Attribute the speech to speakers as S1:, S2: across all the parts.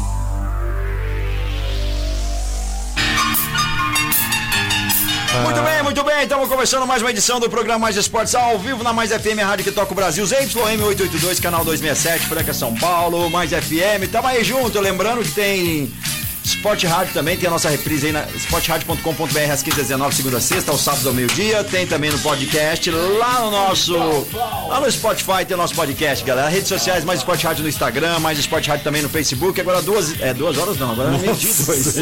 S1: Muito bem, muito bem. Estamos começando mais uma edição do programa Mais Esportes ao vivo na Mais FM, a rádio que toca o Brasil. ZYM 882, canal 267, Franca São Paulo, Mais FM. Tamo aí junto. Lembrando que tem Sport Rádio também, tem a nossa reprise aí na esportradio.com.br às 15h19, segunda a sexta, aos sábados ao meio-dia. Tem também no podcast, lá no nosso. Lá no Spotify tem o nosso podcast, galera. Redes sociais, Mais Esporte Rádio no Instagram, Mais Esporte Rádio também no Facebook. Agora duas. É, duas horas não, agora é meio-dia e dois.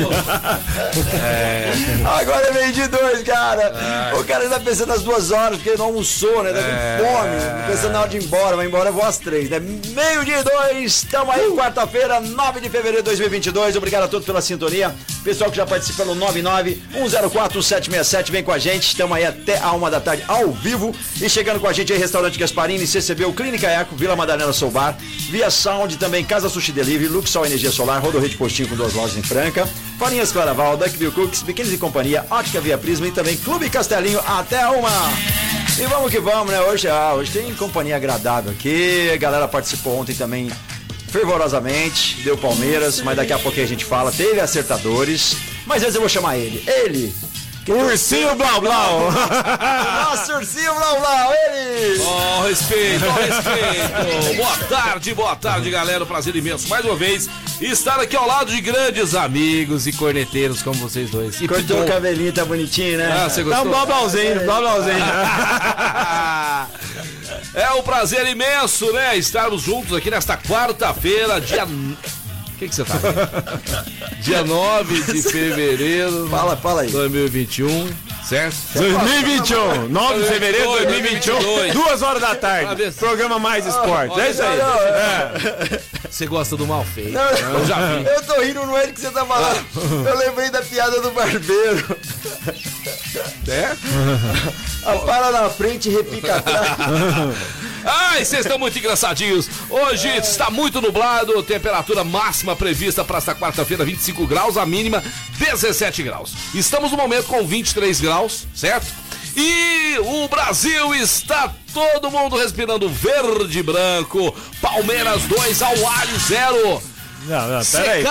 S1: Agora é meio de dois, cara. O cara tá pensando nas duas horas, porque ele não almoçou, né? Tá com fome. Pensando na hora de ir embora. Vai embora, eu vou às três, né? Meio de dois. Estamos aí, quarta-feira, 9 de fevereiro de 2022. Obrigado a todos pela sintonia. Pessoal que já participa no 99-104-767, vem com a gente. Estamos aí até a uma da tarde, ao vivo. E chegando com a gente aí, Restaurante Gasparini, CCB, Clínica Eco, Vila Madalena Soubar, Via Sound, também Casa Sushi Delivery, Luxol Energia Solar, Rodorrede Postinho com duas lojas em Franca, Farinhas Claraval, Duckville Cooks, Biquínis e Companhia, Ótica Via Prisma e também Clube Castelinho, até uma! E vamos que vamos, né? Hoje, ah, hoje tem companhia agradável aqui, a galera participou ontem também fervorosamente, deu Palmeiras, mas daqui a pouquinho a gente fala, teve acertadores, mas antes eu vou chamar ele, ele,
S2: Ursinho Blau Blau!
S1: nosso ursinho Blau Blau, ele!
S2: Ó, respeito, ó, respeito! Boa tarde, boa tarde, galera. Um prazer imenso mais uma vez estar aqui ao lado de grandes amigos e corneteiros como vocês dois. E
S1: Cortou o
S2: bom.
S1: cabelinho, tá bonitinho, né?
S2: Ah, você gostou? Ah,
S1: Blauzinho, Blau Blauzinho.
S2: É um prazer imenso, né? Estarmos juntos aqui nesta quarta-feira, dia. O que, que você tá vendo? Dia 9 de fevereiro de
S1: Fala, fala aí.
S2: 2021, certo?
S3: 2021, 9 um, de fevereiro de
S2: 2022.
S3: 2021, duas horas da
S2: Pra
S3: tarde.
S2: ver se-
S3: Programa Mais Esportes. É isso aí. é.
S2: Você gosta do mal feito.
S1: Eu
S2: Eu já vi. Ah.
S1: Eu tô rindo, não é do que você tá falando. Eu lembrei da piada do barbeiro.
S2: É?
S1: A para na frente e repica atrás.
S2: Ai, vocês estão muito engraçadinhos. Hoje está muito nublado, temperatura máxima prevista para esta quarta-feira, 25 graus, a mínima 17 graus. Estamos no momento com 23 graus, certo? E o Brasil está todo mundo respirando verde e branco. Palmeiras 2 ao alho Ah. 0.
S3: Não, não, Ah, peraí.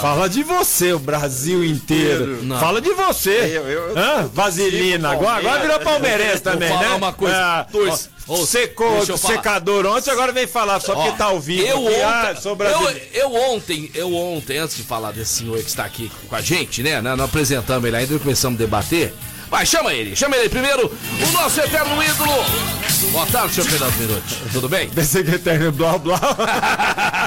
S3: Fala de você, o Brasil inteiro.
S2: Não.
S3: Fala de você.
S1: É, Eu- eu-
S3: Hã? Vaselina. Agora, agora virou palmeirense também,
S2: falar
S3: né?
S2: uma coisa.
S3: Ah,
S2: Dois.
S3: ó,
S2: Ô,
S3: secou
S2: deixa eu
S3: o
S2: falar.
S3: secador ontem, agora vem falar só
S2: Ó,
S3: porque tá ao vivo.
S2: Eu
S3: aqui.
S2: ontem,
S3: Ah, sou brasileiro.
S2: eu, eu ontem, eu ontem, antes de falar desse senhor que está aqui com a gente, né? Nós não apresentamos ele ainda, começamos a debater. Mas chama ele, chama ele primeiro, o nosso eterno ídolo. Boa tarde, senhor Fernando Minuti. Tudo bem?
S3: Pensei que eterno um blá blá.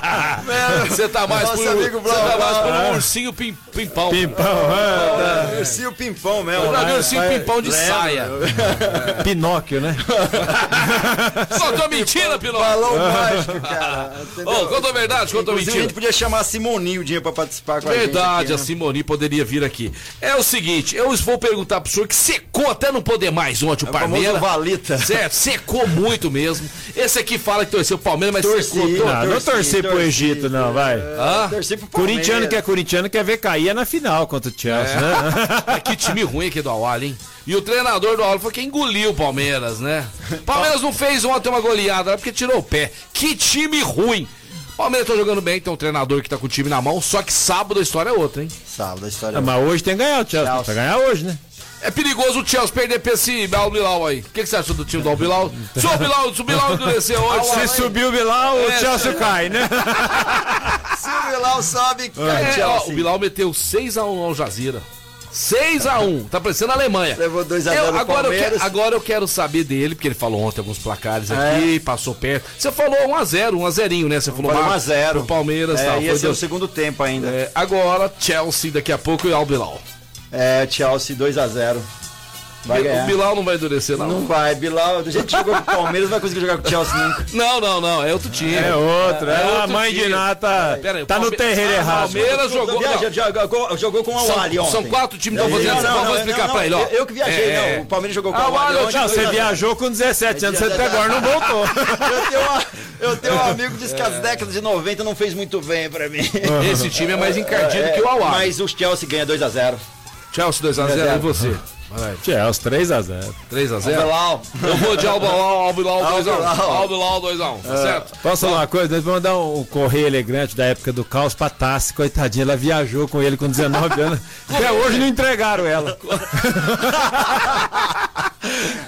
S2: Você tá mais
S1: Nosso
S2: por um-
S1: amigo
S2: Você tá
S1: Blau,
S2: mais por
S3: ah.
S2: um ursinho pim, pimpão.
S3: Pimpão, é,
S1: Ursinho pimpão mesmo.
S2: Eu não vi um ursinho
S3: vai-
S2: pimpão de saia.
S3: tá. Pinóquio, né?
S2: Contou mentira, Piloto.
S1: Balão é mágico, cara.
S2: Ah. Ô,
S1: Entendeu?
S2: contou verdade,
S1: Inclusive,
S2: contou
S1: a
S2: mentira.
S1: gente podia chamar a Simonildinha pra participar com
S2: Verdade, assim,
S1: a
S2: a
S1: gente. né?
S2: Simoni poderia vir aqui. É o seguinte, eu vou perguntar pro senhor que secou até não poder mais ontem o
S1: É o famoso
S2: Palmeiras.
S1: valeta.
S2: Certo, secou muito mesmo. Esse aqui fala que torceu o Palmeiras, mas
S1: Torci,
S2: secou todo.
S3: Não, não
S1: torci,
S3: torcer pro
S1: torci,
S3: Egito, não, vai.
S2: Hã?
S1: Torci pro Palmeiras.
S3: Corintiano que é corintiano quer ver cair é na final contra o Chelsea, né?
S2: Ah, que time ruim aqui do Awali, hein? E o treinador do Awali foi quem engoliu o Palmeiras, né? Palmeiras não fez ontem uma goleada, era porque tirou o pé. Que time ruim! Palmeiras tá jogando bem, tem um treinador que tá com o time na mão, só que sábado a história é outra, hein?
S1: Sábado, a história. é
S3: Ah, mas hoje tem que ganhar o Chelsea.
S1: Chelsea.
S3: Pra ganhar hoje, né?
S2: É perigoso o Chelsea perder pra esse Albilau aí. O que, que você achou do time do Albilau? Se o Albilau, se o Albilau endureceu hoje.
S3: Se subiu o Bilal, o
S2: É,
S3: Chelsea
S2: se-
S3: cai, né?
S1: Se o Bilal assim. sobe, cai
S2: É, ó, o
S1: Chelsea.
S2: Bilal meteu 6x1 ao Jazira. 6x1, tá parecendo a Alemanha.
S1: Levou 2 a 0
S2: eu,
S1: do
S2: agora, eu
S1: Palmeiras. É.
S2: quero, agora eu quero saber dele, porque ele falou ontem alguns placares aqui, passou perto. Você falou 1x0, 1x0, né? Você falou
S1: Falei
S2: Marcos,
S1: 1x0.
S2: pro Palmeiras
S1: é, ia
S2: tal. Foi É,
S1: ser o
S2: Deus.
S1: segundo tempo ainda.
S2: É, agora, Chelsea, daqui a pouco e Al Bilal.
S1: É, Chelsea 2x0. Vai
S2: o
S1: ganhar.
S2: Bilal não vai endurecer, não.
S1: Não vai, Bilal. Do jeito que jogou com o Palmeiras, vai conseguir jogar com o Chelsea nunca.
S2: Não, não, não. É outro time.
S3: É outra.
S2: É
S3: É a
S2: outro
S3: mãe de
S2: time.
S3: Nata.
S2: Pera aí, o
S3: Tá no
S2: Palme-
S3: terreiro
S2: Ah,
S3: errado.
S2: Palmeiras jogou.
S1: Viaja-
S2: não,
S1: jogou, jogou com o Ali
S2: São,
S1: ontem.
S2: são quatro times que
S1: Não,
S2: estão fazendo
S1: não,
S2: isso.
S1: não,
S2: Vamos
S1: não,
S2: explicar
S1: não,
S2: pra ele, ó.
S1: Eu, eu que viajei,
S2: É,
S1: não. O Palmeiras jogou com
S2: Ah,
S1: o Ali
S2: olha, É
S1: ontem.
S3: Não, você
S1: dois a zero.
S3: viajou com 17 anos, você até agora não voltou.
S1: Eu tenho, uma- eu tenho um amigo que diz que as décadas de 90 não fez muito bem pra mim.
S2: Esse time é mais encardido que o Auá.
S1: Mas É. o Chelsea ganha 2x0.
S2: Chelsea 2x0 e você?
S3: Chelsea, 3x0.
S2: 3x0. Eu vou de Alba Lau, um. Albilau 2x1.
S1: Al-Hilal.
S2: Albilau 2x1,
S1: É.
S2: tá certo?
S3: Posso falar uma coisa? Nós vamos mandar um, um correio elegante da época do caos pra Tassi, coitadinha. Ela viajou com ele com 19 anos.
S2: é?
S3: Até hoje não entregaram ela.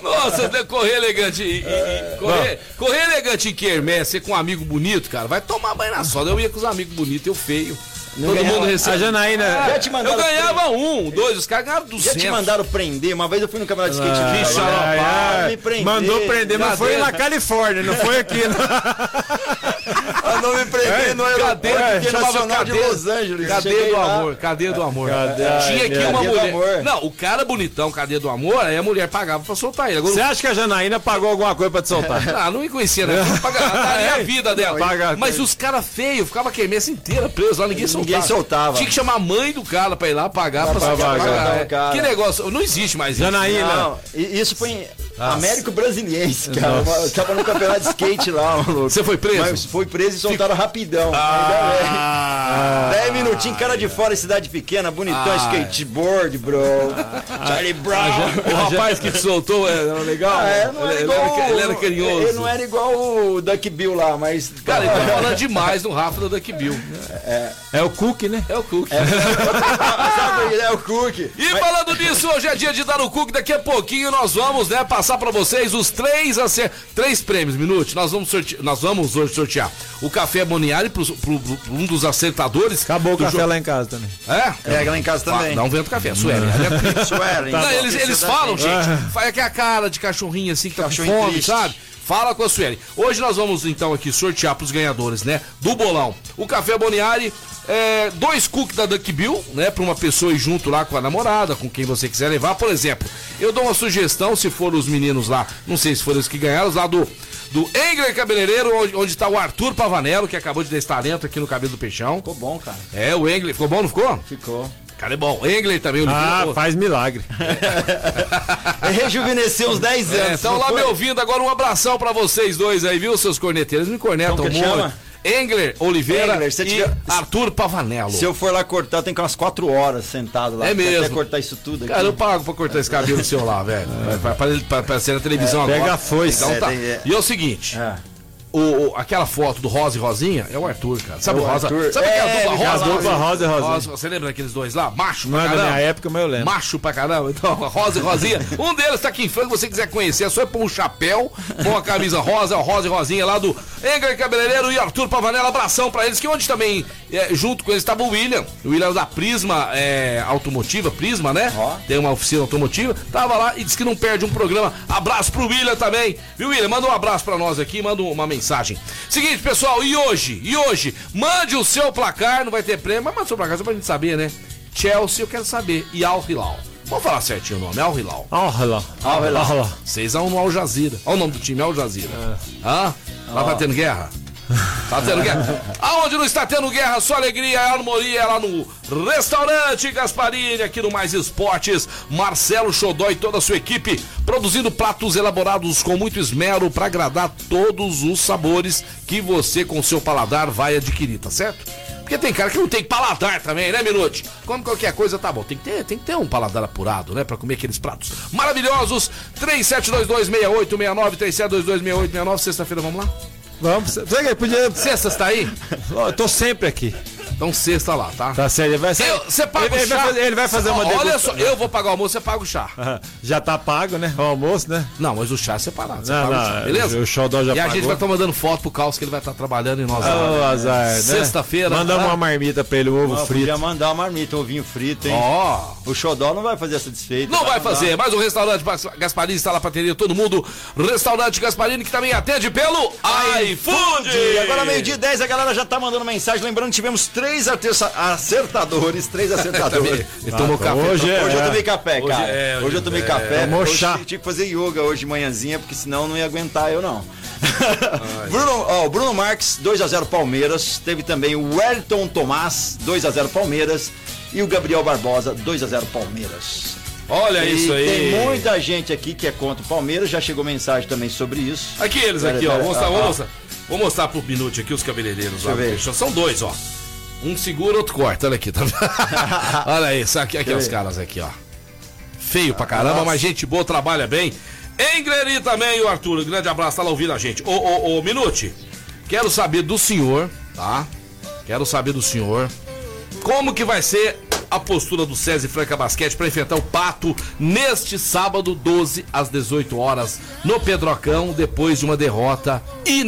S2: Nossa, né, correr elegante. e- e-
S1: É.
S2: e- correr, correr elegante em quermesse, ser com um amigo bonito, cara, vai tomar banho na soda. Eu ia com os amigos bonitos, eu feio. Todo
S1: ganhava.
S2: mundo
S3: A
S2: recebia.
S3: Janaína.
S1: Já te
S2: Eu
S1: mandaram.
S2: ganhava um, dois, os caras ganhavam
S1: Já
S2: 200.
S1: te mandaram prender. Uma vez eu fui no campeonato de skate.
S3: Ah,
S1: livre,
S2: bicho,
S1: né?
S2: rapaz,
S3: ah,
S1: me prender.
S3: Mandou prender, mas
S2: Já
S3: foi
S2: deu.
S3: na Califórnia, não foi aqui. Não.
S1: Mandou me prender no
S2: É.
S1: aeroporto
S2: Cadê? Chamava
S1: internacional
S2: cadê?
S1: de Los Angeles.
S2: Cadê
S1: Cheguei
S2: do
S1: lá,
S2: amor? Cadê do amor?
S3: Cadê?
S2: Tinha
S3: Ai,
S2: aqui
S3: meu.
S2: uma
S1: Cadê do
S2: mulher.
S1: amor?
S2: Não, o cara bonitão, cadê do amor? Aí a mulher pagava pra soltar ele. Agora,
S3: Você acha que a Janaína pagou alguma coisa pra te soltar?
S2: Ah, não me conhecia, né?
S1: É.
S2: Ela Paga, ela daria a vida dela.
S3: paga-
S2: Mas os caras feios, ficava a quermesse inteira preso lá, ninguém soltava.
S1: Ninguém soltava.
S2: Tinha que chamar a mãe do cara pra ir lá pagar pra, soltar.
S3: pagar.
S2: Pagar,
S1: Não, cara.
S2: Que negócio, não existe mais isso.
S3: Janaína.
S1: Não, e- isso foi em Américo Brasiliense, cara. Eu tava no campeonato de skate lá, maluco.
S2: Você foi preso?
S1: Mas foi preso e soltaram rapidão. Ah, Dez minutinhos, cara de fora, cidade pequena, bonitão,
S2: Ah.
S1: skateboard, bro. Charlie Brown.
S2: O rapaz que te soltou é, era legal?
S1: Ah, é, não era
S2: ele, era,
S1: igual
S2: ele era
S1: o-
S2: carinhoso.
S1: Ele não era igual o Duck Bill lá, mas.
S2: Cara, ele tá falando demais do Rafa da Duck Bill.
S3: É o Cook, né?
S2: É o Cook.
S1: sabe, ele é o Cook.
S2: E falando nisso, hoje é dia de dar o cookie. Daqui a pouquinho nós vamos, né, passar pra vocês os três acer... três prêmios, minuto. Nós vamos sorte- nós vamos hoje sortear o café Boniari pro, pro- pro- um dos acertadores.
S3: Acabou o
S2: do
S3: café
S2: jogo.
S3: lá em casa também.
S2: É?
S1: Pega lá em casa
S2: Ah,
S1: também.
S2: Dá um vento café, Sueli. ela é prima.
S1: Suelen.
S2: Não, eles, eles
S1: é
S2: falam, gente, faz aquela cara de cachorrinho assim que tá com
S1: Cachorrinho
S2: fome,
S1: triste.
S2: sabe? Fala com a Sueli. Hoje nós vamos então aqui sortear pros ganhadores, né? Do bolão. O Café Boniari, é, dois cookies da Duck Bill, né? Pra uma pessoa ir junto lá com a namorada, com quem você quiser levar. Por exemplo, eu dou uma sugestão, se for os meninos lá, não sei se foram os que ganharam, os lá do, do Engler Cabeleireiro, onde, onde tá o Arthur Pavanello, que acabou de dar esse talento aqui no Cabelo do Peixão.
S1: Ficou bom, cara.
S2: É, o Engler. Ficou bom, não ficou?
S1: Ficou.
S2: Cara, é bom. Engler também. o
S3: Ah,
S2: Livinho-
S3: faz milagre.
S1: Rejuvenesceu uns 10 anos.
S2: É, estão
S1: não
S2: lá
S1: foi?
S2: me ouvindo. Agora um abração pra vocês dois aí, viu, seus corneteiros? Me cornetam
S1: Como que
S2: muito.
S1: chama?
S2: Engler Oliveira
S1: Engler, se
S2: e
S1: tiver-
S2: Arthur Pavanello.
S1: Se eu for lá cortar, tem que umas 4 horas sentado lá.
S2: É
S1: Até
S2: mesmo.
S1: cortar isso tudo aqui.
S2: Cara, eu pago pra cortar esse cabelo seu lá, velho. Pra, pra, pra- pra ser na televisão agora.
S3: pega a foice.
S2: Então tá.
S1: É, tem- é.
S2: E é o seguinte.
S1: É.
S2: O, o- aquela foto do Rosa e Rosinha é o Arthur, cara. Sabe
S1: É
S2: o
S1: o
S2: Rosa?
S1: Arthur.
S2: Sabe aquela
S1: É,
S2: dupla
S3: é a
S2: Rosa?
S3: dupla Rosa e Rosinha.
S2: Você lembra daqueles dois lá? Macho,
S3: Não
S2: pra
S3: é da minha
S2: caramba.
S3: época, mas eu lembro.
S2: Macho pra caramba. Então, Rosa e Rosinha. Um deles tá aqui em Franca, você quiser conhecer, é só ir pôr um chapéu, pôr uma camisa rosa, Rosa e Rosinha lá do Engler Cabeleireiro e Arthur Pavanella. Abração pra eles, que onde também, é, junto com eles, estava o William. O William da Prisma é, Automotiva, Prisma, né?
S1: Ó.
S2: Tem uma oficina automotiva. Tava lá e disse que não perde um programa. Abraço pro William também. Viu, William? Manda um abraço pra nós aqui, manda uma mensagem. Seguinte, pessoal, e hoje? E hoje? Mande o seu placar, não vai ter prêmio, mas manda o seu placar só pra gente saber, né? Chelsea, eu quero saber. E Al Hilal. Vamos falar certinho o nome, Al Hilal.
S3: Olha lá.
S1: Olha lá.
S3: Olha lá.
S2: 6x1 no Al Jazeera. Olha o nome do time, Al Jazeera. Hã? Lá tá tendo guerra? Tá tendo guerra. Aonde não está tendo guerra, só alegria e harmonia é lá no Restaurante Gasparini, aqui no Mais Esportes. Marcelo Xodó e toda a sua equipe produzindo pratos elaborados com muito esmero para agradar todos os sabores que você com seu paladar vai adquirir, tá certo? Porque tem cara que não tem paladar também, né, Minute? Como qualquer coisa, tá bom. Tem que ter, tem que ter um paladar apurado, né? Pra comer aqueles pratos maravilhosos. 37226869, 37226869. Sexta-feira, vamos lá?
S3: Vamos. Você que podia.
S2: Sexta está aí?
S3: Eu tô sempre aqui.
S2: Então sexta lá, tá?
S3: Tá sério, ele vai
S2: Eu- Você paga
S3: ele,
S2: o
S3: ele
S2: chá?
S3: vai fazer, ele vai fazer uma
S2: Olha
S3: degustação.
S2: só, eu vou pagar o almoço, você paga o chá.
S3: Já tá pago, né? O almoço, né?
S2: Não, mas o chá é separado. Você
S3: Não,
S2: paga o
S3: não,
S2: chá, beleza?
S3: o Xodó já
S2: E a gente
S3: pagou.
S2: vai estar mandando foto pro Caos que ele vai estar trabalhando e nós.
S3: Ô, azar, né?
S2: Ah, Sexta-feira,
S3: Mandamos
S2: tá?
S3: uma marmita pra ele, um ovo
S1: Não,
S3: frito.
S1: Podia mandar uma marmita, um ovinho frito, hein?
S2: Ó.
S1: O Xodó não vai fazer essa desfeita.
S2: Não vai
S1: mandar.
S2: fazer, mas o restaurante Gasparini está lá para atender todo mundo. Restaurante Gasparini que também atende pelo iFood.
S1: E agora, meio-dia e 10, a galera já tá mandando mensagem. Lembrando que tivemos
S4: três aterça- acertadores, três acertadores.
S2: Ele tomou
S3: tá.
S2: café.
S3: Hoje
S2: tomou-
S3: é.
S4: Hoje eu tomei café,
S2: né? Hoje
S4: cara.
S2: é,
S4: hoje,
S2: hoje
S4: eu tomei
S2: é.
S4: café.
S3: Tomou
S4: hoje
S3: chá.
S4: tinha que fazer yoga hoje de manhãzinha, porque senão não ia aguentar eu não. Bruno, ó, o Bruno Marques, 2x0 Palmeiras. Teve também o Wellington Tomás, 2x0 Palmeiras. E o Gabriel Barbosa, 2x0 Palmeiras.
S2: Olha
S4: E
S2: É isso aí.
S4: Tem muita gente aqui que é contra o Palmeiras. Já chegou mensagem também sobre isso.
S2: Aqui eles,
S4: Pera,
S2: aqui, ó.
S4: pera,
S2: Vou mostrar,
S4: ah,
S2: vou
S4: ah.
S2: mostrar. Vou mostrar pro Minute aqui os cabeleireiros lá.
S4: eu ver.
S2: Deixa- São dois, ó. Um segura, outro corta. Olha aqui, tá vendo? Olha isso, aqui, aqui
S4: eu
S2: os
S4: ver.
S2: caras aqui, ó. Feio pra caramba, mas gente boa, trabalha bem. Engreri também, o Arthur. um Grande abraço, tá lá ouvindo a gente. Ô, ô, ô, Minute, quero saber do senhor, tá? Quero saber do senhor. Como que vai ser a postura do César e Franca Basquete para enfrentar o Pato neste sábado, 12 às 18 horas, no Pedrocão, depois de uma derrota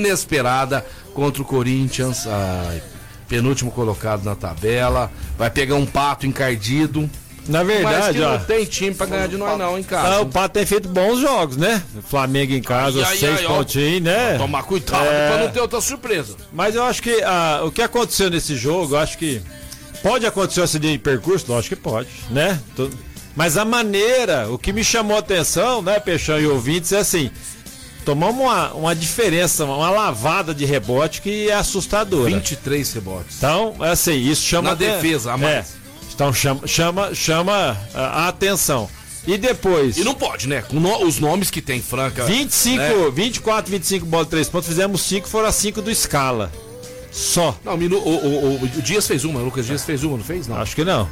S2: inesperada contra o Corinthians, ai, penúltimo colocado na tabela, vai pegar um Pato encardido.
S3: Na
S2: mas
S3: verdade,
S2: que
S3: ó.
S2: não tem time pra ganhar de nós não, hein,
S3: Ah,
S2: cara.
S3: o Pato tem feito bons jogos, né? Flamengo em casa,
S2: Ai, ai,
S3: seis
S2: ai, ó.
S3: pontinhos, né?
S2: Tomar cuidado
S3: É.
S2: pra não ter outra surpresa.
S3: Mas eu acho que ah, o que aconteceu nesse jogo, eu acho que pode acontecer um acidente de percurso? Lógico que pode, né? Tô- Mas a maneira, o que me chamou a atenção, né, Peixão e ouvintes, é assim: tomamos uma, uma diferença, uma lavada de rebote que é assustadora.
S2: 23 rebotes.
S3: Então, é assim, isso chama
S2: Na
S3: até-
S2: defesa, a mais.
S3: É. então chama, chama, chama ah, a atenção. E depois.
S2: E não pode, né? Com no- os nomes que tem Franca.
S3: 25,
S2: né?
S3: 24, 25 bola de 3 pontos, fizemos 5, foram as 5 do escala. Só.
S2: Não, Minu, o, o, o- o Dias fez uma, o Lucas Dias fez uma, não fez? Não.
S3: Acho que não.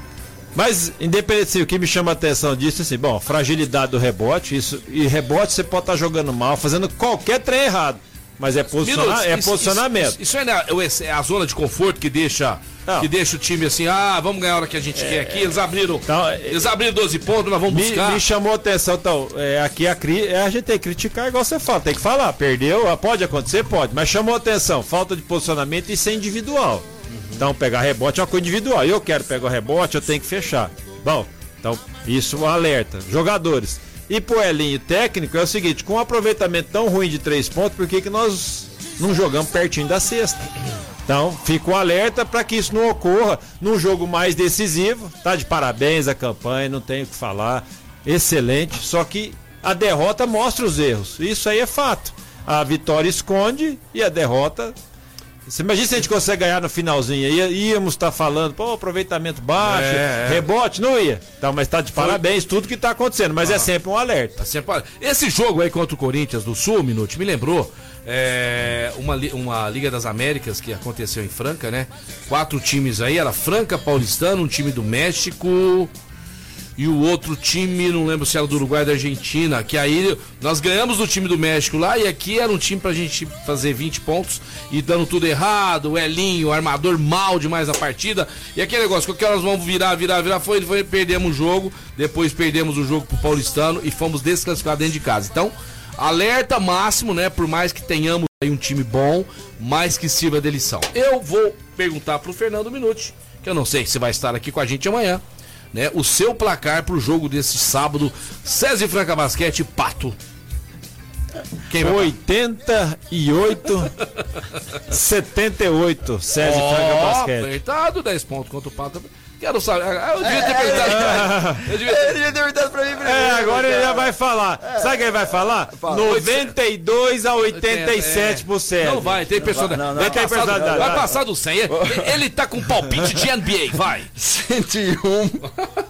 S3: Mas, independente, assim, o que me chama a atenção disso, assim, bom, fragilidade do rebote, isso, e rebote você pode estar jogando mal, fazendo qualquer trem errado. Mas é, posiciona
S2: Minutos,
S3: é
S2: isso-
S3: posicionamento.
S2: Isso, isso, isso é, na- é o- é a zona de conforto que deixa,
S3: Não. É,
S2: que deixa o time assim, ah, vamos ganhar a hora que a gente quer aqui. Eles abriram,
S3: Então, é-
S2: eles abriram 12 pontos, nós vamos
S3: me,
S2: buscar.
S3: me chamou a atenção, então, é, aqui a, cri- é, a gente tem que criticar igual você fala, tem que falar, perdeu, ah, pode acontecer, pode, mas chamou a atenção, falta de posicionamento e ser individual. Então, pegar rebote é uma coisa individual, eu quero pegar o rebote, eu tenho que fechar. Bom, então, isso é um alerta. Jogadores, e pro Elinho técnico é o seguinte, com um aproveitamento tão ruim de três pontos, por que que nós não jogamos pertinho da sexta? Então, fica o alerta para que isso não ocorra num jogo mais decisivo. Tá de parabéns a campanha, não tenho o que falar. Excelente, só que a derrota mostra os erros. Isso aí é fato. A vitória esconde e a derrota. Você imagina se a gente consegue ganhar no finalzinho aí, íamos estar falando, pô, aproveitamento baixo,
S2: É, é.
S3: rebote, não ia. Então, mas tá de parabéns tudo que tá acontecendo,
S2: Ah.
S3: mas é sempre um alerta.
S2: Tá sempre- olha, Esse jogo aí contra o Corinthians do Sul, um Minuto, me lembrou é, uma, li- uma Liga das Américas que aconteceu em Franca, né? Quatro times aí, era Franca, Paulistano, um time do México e o outro time, não lembro se era do Uruguai ou da Argentina, que aí nós ganhamos do time do México lá e aqui era um time pra gente fazer 20 pontos e dando tudo errado, o Elinho, o armador mal demais a partida. E aquele negócio, qualquer hora nós vamos virar, virar, virar, foi, foi, perdemos o jogo, depois perdemos o jogo pro Paulistano e fomos desclassificados dentro de casa. Então, alerta máximo, né? Por mais que tenhamos aí um time bom, mas que sirva de lição. Eu vou perguntar pro Fernando Minuti, que eu não sei se vai estar aqui com a gente amanhã né, o seu placar pro jogo desse sábado, César e Franca Basquete e Pato. Quem vai?
S3: 88, 78, Sérgio
S2: Ó,
S3: Franca Basquete.
S2: apertado, 10 pontos contra o Pato. Quero saber. ah, Eu devia ter perguntado. Eu devia ter-
S4: Ele deu verdade pra mim primeiro.
S3: É, agora ele
S4: cara.
S3: já vai falar.
S2: É.
S3: Sabe quem vai falar? 92 a 87%.
S2: Não vai, tem
S4: não,
S2: personalidade.
S4: não.
S2: Vai,
S3: Tem
S2: passar do-
S3: personalidade.
S2: vai
S3: Vai.
S2: passar do 100. Ele- Ele tá com palpite de NBA, vai.
S4: 101.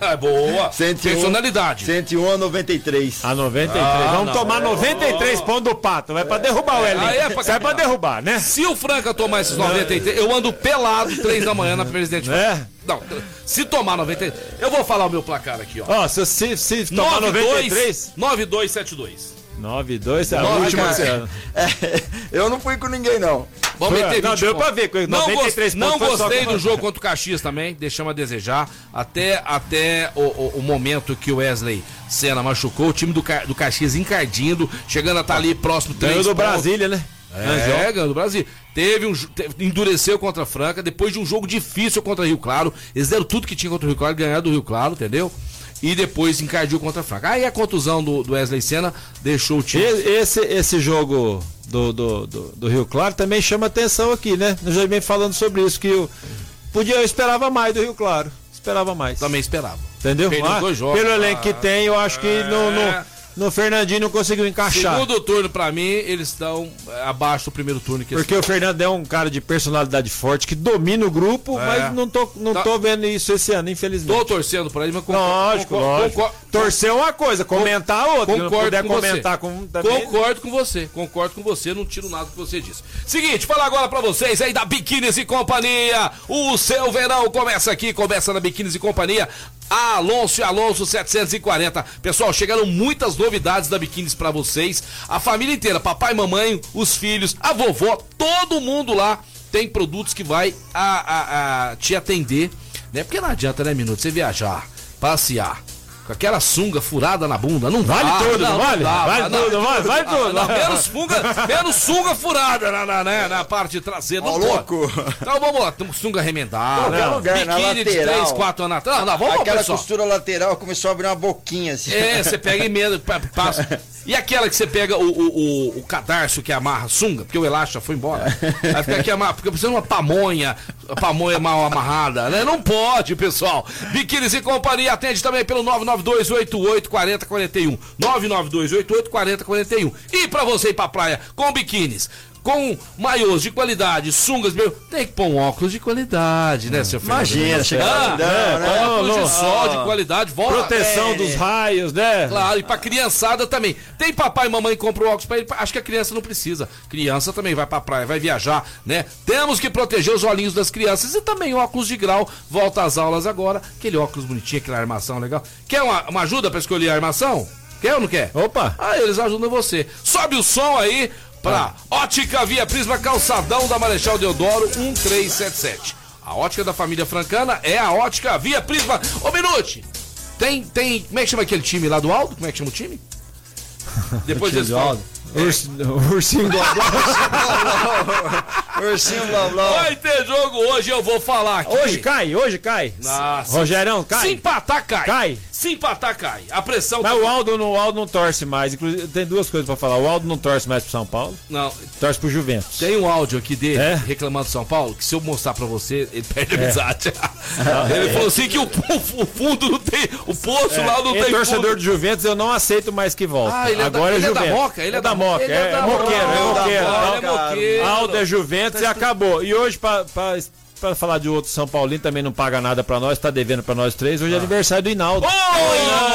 S2: É boa.
S4: 101.
S2: Personalidade.
S4: 101 a 93.
S3: A 93.
S2: Ah,
S3: Vamos tomar 93 pontos do pato. Vai pra derrubar o Elinho.
S2: Aí é pra
S3: Sai pra
S2: caminhar.
S3: derrubar, né?
S2: Se o Franca tomar esses 93, eu ando pelado 3 da manhã na presidente.
S3: É.
S2: Não, se tomar 93, eu vou falar o meu placar aqui, ó.
S3: Ó, se, se, se tomar 93.
S2: 92 9272.
S3: 92, é a
S2: Nove,
S3: última.
S2: cara.
S3: Luciano.
S4: É, eu não fui com ninguém, não.
S2: Vamos
S3: Foi,
S2: meter
S3: não,
S2: 20
S3: deu
S2: pontos.
S3: pra ver, com
S2: Não,
S3: 93
S2: gost- não
S3: pontos foi só
S2: gostei
S3: com-
S2: do jogo contra o Caxias também, deixamos a desejar. Até, até o, o- o momento que o Wesley Senna machucou, o time do, Ca- do Caxias encardindo, chegando a estar ali próximo três
S3: Ganhou do
S2: pontos.
S3: Brasília, né?
S2: É, ganhou do Brasil. Teve um, jo- teve- endureceu contra a Franca, depois de um jogo difícil contra Rio Claro. Eles deram tudo que tinha contra o Rio Claro, ganharam do Rio Claro, entendeu? E depois encardiu contra a Franca. Aí a contusão do, do Wesley Senna deixou o
S3: E-
S2: time.
S3: Esse, esse jogo do, do, do, do Rio Claro também chama atenção aqui, né? Nós já vem falando sobre isso, que o, Podia, eu esperava mais do Rio Claro. Esperava mais.
S2: Também esperava.
S3: Entendeu?
S2: Fez nos
S3: Ah,
S2: dois jogos.
S3: Pelo elenco que tem, eu acho que no,
S2: É.
S3: no, no Fernandinho não conseguiu encaixar.
S2: Segundo turno, pra mim, eles estão é, abaixo do primeiro turno que eles
S3: Porque o Fernando é um cara de personalidade forte que domina o grupo,
S2: É.
S3: mas não tô, não
S2: Tá.
S3: tô vendo isso esse ano, infelizmente.
S2: Tô torcendo pra ele, mas concordo.
S3: Lógico,
S2: concordo,
S3: lógico.
S2: concordo-
S3: Torcer é uma coisa, comentar é outra. Se não
S2: Concordo
S3: puder
S2: com
S3: comentar
S2: você.
S3: com um também- né?
S2: Concordo com você, concordo com você, não tiro nada do que você disse. Seguinte, falar agora pra vocês aí da Biquínis e Companhia. O seu verão começa aqui, começa na Biquínis e Companhia. Alonso e Alonso 740. Pessoal, chegaram muitas novidades da Biquínis pra vocês. A família inteira, papai, mamãe, os filhos, a vovó, todo mundo lá tem produtos que vai a, a- a te atender, né? Porque não adianta, né, minuto, você viajar, passear. Com aquela sunga furada na bunda, Ah, não
S3: Vale tudo, não vale? Vale tudo, vale- vale tudo.
S2: não, menos, funga, menos sunga furada na, na, né, na parte traseira.
S4: Ó,
S2: não pode.
S4: louco.
S2: Então vamos lá, tamo com sunga remendada.
S4: Qualquer
S2: né?
S4: lugar, na
S2: biquíni de
S4: lateral.
S2: 3, 4 anos atrás. Não, não, vamos lá,
S1: Aquela
S2: pessoal.
S1: costura lateral começou a abrir uma boquinha assim.
S2: É, você pega emenda, pa- passa. E aquela que você pega o, o, o, o cadarço que amarra a sunga, porque o elástico já foi embora. Aí fica aqui amarra, porque precisa de uma pamonha, a pamonha mal amarrada, né? Não pode, pessoal. Biquínis e companhia atende também pelo 992884041. 992884041. E pra você ir pra praia com biquínis. Com maiôs de qualidade, sungas, meu, tem que pôr um óculos de qualidade, né, seu filho?
S4: Imagina, chega lá,
S2: Ah,
S4: não,
S3: é,
S4: né?
S2: Óculos
S3: Não,
S2: de
S3: não.
S2: sol de qualidade, volta.
S3: Proteção
S2: É.
S3: dos raios, né?
S2: Claro, e pra criançada também. Tem papai e mamãe que compram óculos pra ele. Acho que a criança não precisa. Criança também vai pra praia, vai viajar, né? Temos que proteger os olhinhos das crianças. E também óculos de grau. Volta às aulas agora. Aquele óculos bonitinho, aquela armação legal. Quer uma, uma ajuda pra escolher a armação? Quer ou não quer?
S3: Opa.
S2: Ah, eles ajudam você. Sobe o som aí pra
S3: Ah.
S2: Ótica Via Prisma Calçadão da Marechal Deodoro 1377. A ótica da família francana é a ótica Via Prisma. Ô, Minute! Tem, tem. Como é que chama aquele time lá do Aldo? Como é que chama o time? Depois eles falam.
S3: Urs- Ursinho do
S2: É.
S1: Ursinho blá blá.
S2: Vai ter jogo hoje, eu vou falar aqui.
S3: Hoje cai, hoje cai.
S2: Nossa.
S3: Rogerão, cai.
S2: Se empatar, cai.
S3: Cai.
S2: Se empatar, cai. A pressão.
S3: Mas o Aldo, não- o Aldo não torce mais. Inclusive, tem duas coisas pra falar. O Aldo não torce mais pro São Paulo,
S2: Não,
S3: torce pro Juventus.
S2: Tem um áudio aqui dele
S3: É?
S2: reclamando do São Paulo, que se eu mostrar pra você, ele perde a amizade. ele falou assim que o, fu- o fundo não tem. O poço lá não
S3: É
S2: tem
S3: torcedor
S2: fundo.
S3: do Juventus, eu não aceito mais que volte.
S2: Ah, ele é,
S3: Agora
S2: da, ele
S3: é
S2: é da
S3: Juventus.
S2: Moca, ele é da Moca,
S3: é, é moqueiro, é
S2: Moca,
S3: moqueiro.
S2: Ele é
S3: Al-
S2: moqueiro. Tá
S3: Aldo é Juventus e acabou. E hoje, pra, pra, pra falar de outro São Paulino, também não paga nada pra nós, tá devendo pra nós três. Hoje é aniversário do Inaldo.
S2: Ah. Ô, Inaldo!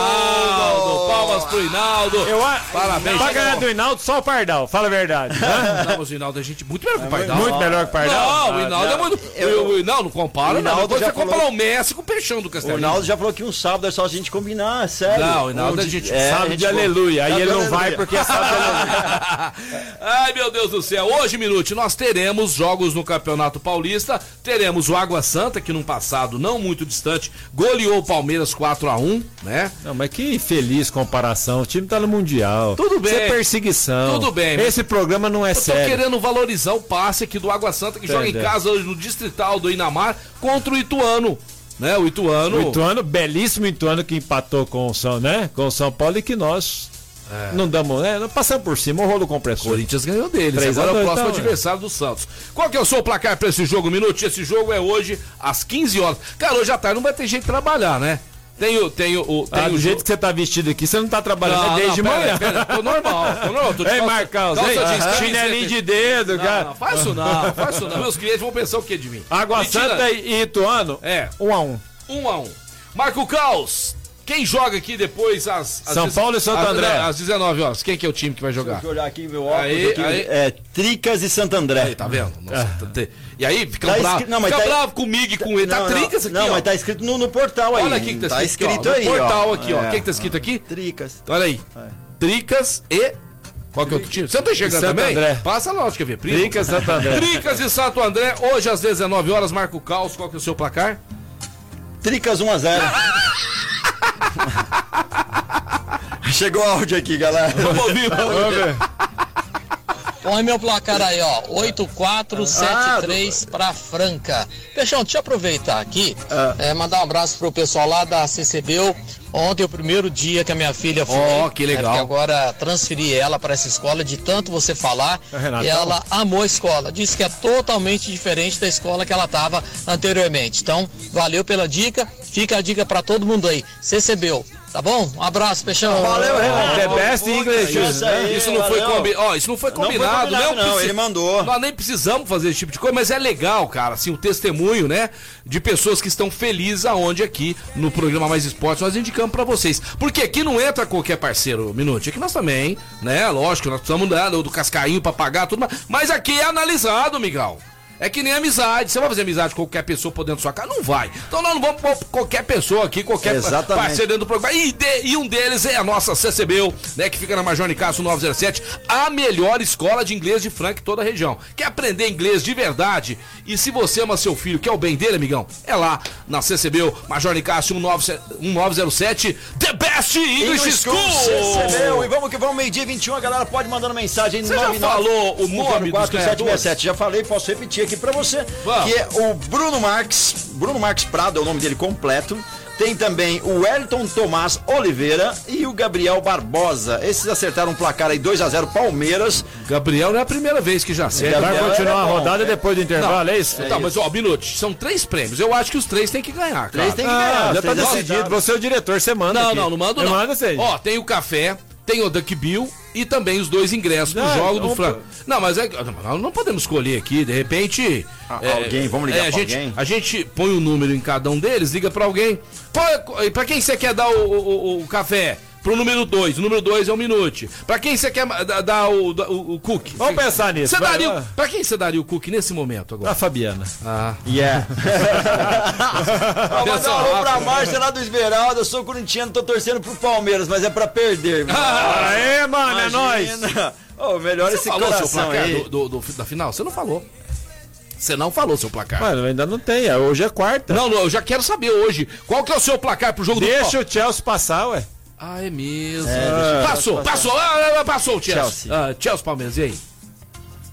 S2: Palmas pro Inaldo! Palmas pro Inaldo!
S3: Eu a-
S2: Parabéns,
S3: Pra
S2: Inaldo.
S3: ganhar do Inaldo, só o Pardal, fala a verdade. Hã?
S2: Não, mas o Inaldo é gente muito melhor que o Pardal.
S3: Muito melhor que o Pardal.
S2: Não, o Inaldo é muito.
S1: eu-
S2: o Inaldo não compara,
S1: O Inaldo
S2: não. Você
S1: já falou-
S2: compara o Messi com o Peixão do
S1: O
S2: Castelo.
S1: Naldo já falou que um sábado é só a gente combinar, é sério.
S2: Não, o Naldo
S1: Um
S2: é gente-
S1: é,
S3: Sábado
S1: gente
S3: Ah, de
S1: boa.
S3: aleluia. Aí
S1: Sábado
S3: ele
S1: de
S3: não vai
S1: aleluia.
S3: porque é sábado de aleluia.
S2: Ai, meu Deus do céu. Hoje, Minute, nós teremos jogos no Campeonato Paulista. Teremos o Água Santa, que num passado não muito distante, goleou o Palmeiras 4 a 1 né?
S3: Não, mas que infeliz comparação. O time tá no Mundial.
S2: Tudo bem.
S3: Isso é perseguição.
S2: Tudo bem, mas-
S3: Esse programa não é
S2: Eu tô
S3: sério.
S2: querendo valorizar o passe aqui do Água Santa, que joga em
S3: Entendeu.
S2: casa hoje no Distrital do Inamar contra o Ituano. Né? O Ituano.
S3: O Ituano, belíssimo Ituano que empatou com o São, né? Com o São Paulo e que nós não damos, né? Não passamos por cima, o rolo compressor.
S2: É. Corinthians ganhou deles.
S3: Três a
S2: Agora é o
S3: dois,
S2: próximo
S3: então,
S2: adversário do Santos. Qual que é o seu placar pra esse jogo, Minuto? Esse jogo é hoje às 15 horas. Cara, hoje à tarde não vai ter jeito de trabalhar, né? Tem o. Tem o, o- tem
S3: Ah,
S2: o
S3: do jeito
S2: jogo-
S3: que você tá vestido aqui, você não tá trabalhando
S2: Não,
S3: é desde
S2: não, pera
S3: manhã.
S2: aí, pera aí. tô normal, tô normal. Tô de
S3: Ei,
S2: calça-
S3: Marcão,
S2: calça
S3: ei,
S2: jeans,
S3: aham.
S2: camiseta.
S3: chinelinho de dedo,
S2: Não,
S3: cara.
S2: não, faz isso não, faz isso não. Meus clientes vão pensar o que de mim?
S3: Água
S2: Mentira.
S3: Santa e Ituano,
S2: É.
S3: um a um.
S2: Um a um. Marco Caos, quem joga aqui depois às... às
S3: São
S2: dez-
S3: Paulo e Santo
S2: às-
S3: André.
S2: não, Às 19 horas. Quem que é o time que vai jogar?
S1: Deixa eu olhar aqui meu óculos.
S2: Aí,
S1: aqui,
S2: aí.
S1: É, Tricas e Santo André.
S2: Aí, tá vendo? Nossa,
S3: É.
S2: tá- tá- E aí, fica
S1: Tá
S2: bravo.
S1: escri- não, mas
S2: fica
S1: tá-
S2: bravo comigo e com ele.
S1: Não,
S2: tá
S1: não,
S2: tricas aqui,
S1: Não,
S2: ó.
S1: mas tá escrito no, no portal aí.
S2: Olha aqui que tá,
S1: escrito,
S2: ó, no
S1: aí, ó.
S2: portal aqui, ó. O
S1: É.
S2: que que tá escrito aqui?
S1: Tricas.
S2: Então, Olha aí. Tricas e. Qual que é o outro time? Você não tá chegando
S3: Santo
S2: também?
S3: André.
S2: Passa lá, quer ver. Primo.
S3: Tricas e Santo André.
S2: Tricas e Santo André, hoje às 19 horas, marca o caos. Qual que é o seu placar?
S1: Tricas 1 a 0. Chegou o áudio aqui, galera.
S5: Põe meu placar aí, ó.
S2: Ah,
S5: 8473 pra
S2: Ah.
S5: Franca. Peixão, deixa eu aproveitar aqui, eh, mandar um abraço pro pessoal lá da CCBU, Ontem é o primeiro dia que a minha filha foi.
S2: Ó, que
S5: né,
S2: legal.
S5: porque agora transferi ela para essa escola, de tanto você falar,
S3: É, Renata.
S5: ela amou a escola. Disse que é totalmente diferente da escola que ela estava anteriormente. Então, valeu pela dica. Fica a dica para todo mundo aí. CCBU, tá bom? Um abraço, Peixão.
S1: Valeu,
S2: É,
S1: Renato.
S3: The É, best English.
S1: Isso aí,
S2: né? Isso não, foi
S1: valeu.
S2: combi... ó, isso não foi
S1: foi
S2: combinado,
S1: combinado,
S2: né? Eu
S1: não,
S2: preci-
S1: ele mandou.
S2: Nós nem precisamos fazer esse tipo de coisa, mas é legal, cara, assim, o testemunho, né? De pessoas que estão felizes aonde aqui no programa Mais Esportes nós indicamos pra vocês. Porque aqui não entra qualquer parceiro, Minuto. Aqui nós também, né? Lógico, nós precisamos né, do cascainho pra pagar, tudo mais. Mas aqui é analisado, Miguel. É que nem amizade. Você vai fazer amizade com qualquer pessoa por dentro da sua casa? Não vai. Então nós não vamos pôr qualquer pessoa aqui, qualquer
S1: Exatamente.
S2: parceiro dentro do programa. E, de- e um deles é a nossa CCBU, né? Que fica na Major Nicasso 907, a melhor escola de inglês de Frank toda a região. Quer aprender inglês de verdade? E se você ama seu filho, que é o bem dele, amigão, é lá na CCBU, Major Nicasso 1907, The Best English, School!
S1: Recebeu, e vamos que vamos, meio-dia e 21, a galera pode mandando mensagem. um,
S2: Você já falou o nome dos
S1: 4,
S2: ganhadores?
S1: 767. Já falei, posso repetir aqui pra você.
S2: é Vamos.
S1: Que é o Bruno Marques, Bruno Marques Prado é o nome dele completo. Tem também o Wellington Tomás Oliveira e o Gabriel Barbosa. Esses acertaram um placar aí 2x0 Palmeiras.
S2: Gabriel não é a primeira vez que já acerta.
S3: Vai
S1: Gabriel
S3: continuar
S1: é
S3: a
S1: bom,
S3: rodada
S1: é.
S3: depois do intervalo, é isso?
S2: tá, mas ó, minuto, são três prêmios. Eu acho que os três têm que ganhar, cara.
S1: Três tem que
S3: Ah,
S1: ganhar.
S3: já tá
S1: três é
S3: decidido. Você é o diretor, você manda.
S2: Não,
S3: aqui.
S2: não, não mando
S3: Eu
S2: não.
S3: mando sim.
S2: Ó, tem o café, tem o Duck Bill e também os dois ingressos pro
S3: Não,
S2: jogo
S3: então,
S2: do Franco. Não, mas é, não, não podemos escolher aqui, de repente. é,
S1: Ah, alguém, vamos ligar
S2: a
S1: pra
S2: gente,
S1: alguém?
S2: A gente põe o número em cada um deles, liga pra alguém. Qual é- Qual, pra quem você quer dar o, o- o- o café? Pro número 2, o número 2 é o Minute. Pra quem você quer ma- dar, dar o, o, o cookie?
S3: Vamos pensar nisso,
S2: Você
S3: vai,
S2: daria, o-
S3: vai.
S2: pra quem você daria o cookie nesse momento agora?
S3: A Fabiana.
S1: Yeah. é. Mandar um
S2: Atenção,
S1: alô
S2: Rafa.
S1: pra Márcia lá do Esmeralda. Eu sou corintiano, tô torcendo pro Palmeiras, mas é pra perder. viu?
S2: Ah,
S3: Aê, mano, é nóis.
S1: Imagina. Ô, melhor esse
S2: Você falou seu
S1: coração
S2: placar
S1: aí.
S2: do, do- do- da final? Você não falou. Você não falou seu placar.
S3: Mano, ainda não tem. é, Hoje é quarta.
S2: Não, não, eu já quero saber hoje. Qual que é o seu placar pro jogo do
S3: Deixa o Chelsea passar, ué.
S2: Ah, é mesmo.
S1: deixa eu-
S2: passou, passou, ah, ah, passou o Chelsea.
S1: Chelsea.
S2: Ah, Chelsea Palmeiras, e aí?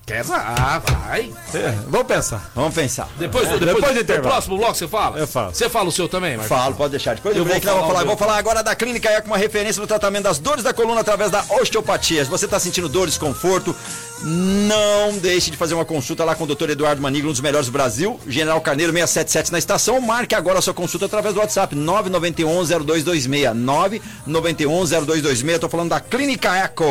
S2: Quer Ah, vai.
S3: É, Vamos pensar.
S1: Vamos pensar.
S2: Depois, do- depois,
S3: Depois do
S2: do
S3: intervalo.
S2: próximo bloco você fala?
S3: Eu falo.
S2: Você fala o seu também, Marcos?
S1: Falo, pode deixar. Depois eu,
S2: Eu
S1: vou,
S2: vou
S1: falar, um vou,
S2: falar o
S1: falar.
S2: meu.
S1: vou falar agora da Clínica Eco, uma referência no tratamento das dores da coluna através da osteopatia. Se você está sentindo dor, desconforto, não deixe de fazer uma consulta lá com o Dr. Eduardo Maniglo, um dos melhores do Brasil, General Carneiro 677 na estação. Marque agora a sua consulta através do WhatsApp 991-0226. 991-0226. Eu tô falando da Clínica Eco.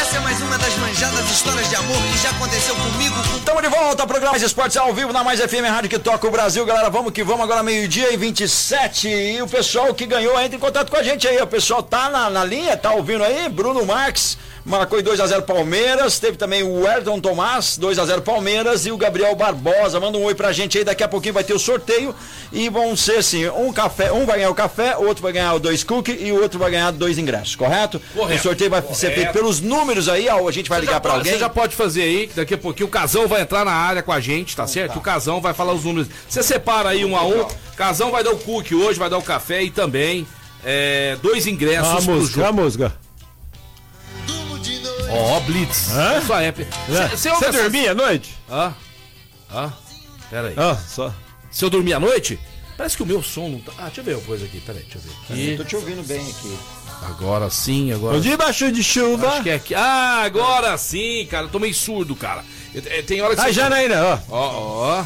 S6: Essa é mais uma das manjadas histórias de amor que já aconteceu comigo, com
S1: Estamos de volta, programa de esportes ao vivo na Mais FM Rádio que toca o Brasil. Galera, vamos que vamos, agora meio-dia e 27. E o pessoal que ganhou, entra em contato com a gente aí. O pessoal tá na, na linha, tá ouvindo aí? Bruno Marques marcou em 2x0 Palmeiras. Teve também o Ayrton Tomás, 2x0 Palmeiras. E o Gabriel Barbosa. Manda um oi pra gente aí. Daqui a pouquinho vai ter o sorteio. E vão ser assim: um café, um vai ganhar o café, o outro vai ganhar o dois cookie e o outro vai ganhar dois ingressos, correto?
S2: Correto.
S1: O sorteio vai ser
S2: Correto.
S1: feito pelos números aí. ó, a gente vai ligar pra
S2: Você
S1: alguém.
S2: já pode fazer aí, que daqui a pouquinho o Casão vai entrar na área com a gente, tá certo? O Casão vai falar os números. Você separa aí um a um. Casão vai dar o cookie hoje, vai dar o café e também é, dois ingressos
S3: A
S2: pro jogo.
S3: música, a música.
S2: Ó, Blitz.
S3: Hã?
S2: Sua app. Você- Você ouve
S3: Você
S2: essas-
S3: É. dormia à noite?
S2: Hã? Hã? Pera aí.
S3: Ah, só.
S2: Ah, Se eu dormir à noite, parece que o meu som não tá. Ah, deixa eu ver uma coisa aqui. Pera aí, deixa eu ver aqui.
S1: Tô te ouvindo bem aqui.
S2: Agora sim, agora.
S3: Um dia baixou de chuva.
S2: Acho que é aqui. Ah, agora sim, cara. Eu tô meio surdo, cara. Eu- é, Tem hora que.
S3: A
S2: você-
S3: Janaína, tá ó.
S2: Ó, ó.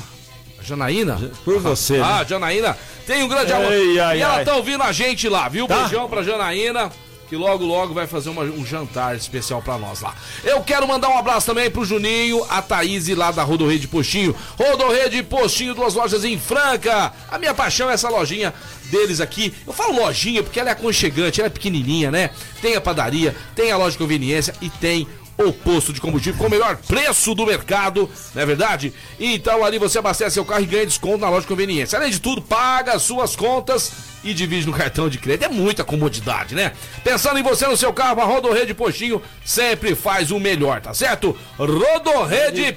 S2: A Janaína?
S3: Por você. né?
S2: Ah, Janaína, tem um grande amor.
S3: Ei, ai,
S2: e ela
S3: ai.
S2: tá ouvindo a gente lá, viu?
S3: Tá.
S2: Beijão pra Janaína. Que logo, logo vai fazer uma- um jantar especial pra nós lá. Eu quero mandar um abraço também pro Juninho, a Thaís lá da Rodorrede Postinho. Rodorrede Postinho, duas lojas em Franca. A minha paixão é essa lojinha deles aqui. Eu falo lojinha porque ela é aconchegante, ela é pequenininha, né? Tem a padaria, tem a loja de conveniência e tem o posto de combustível com o melhor preço do mercado, não é verdade? Então ali você abastece seu carro e ganha desconto na loja de conveniência. Além de tudo, paga as suas contas e divide no cartão de crédito. É muita comodidade, né? Pensando em você no seu carro, a Rodorrede Postinho sempre faz o melhor, tá certo? Rodorrede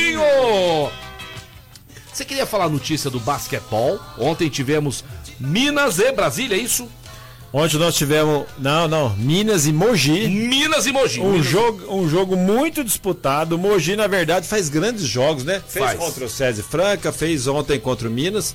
S2: Postinho! Você queria falar a notícia do basquetebol? Ontem tivemos Minas e Brasília, é isso?
S3: Ontem nós tivemos. Não, não. Minas e Mogi.
S2: Minas e Mogi.
S3: Um
S2: Minas-
S3: jogo, um jogo muito disputado. O Mogi, na verdade, faz grandes jogos, né? Fez
S2: Faz.
S3: contra o César Franca, fez ontem contra o Minas.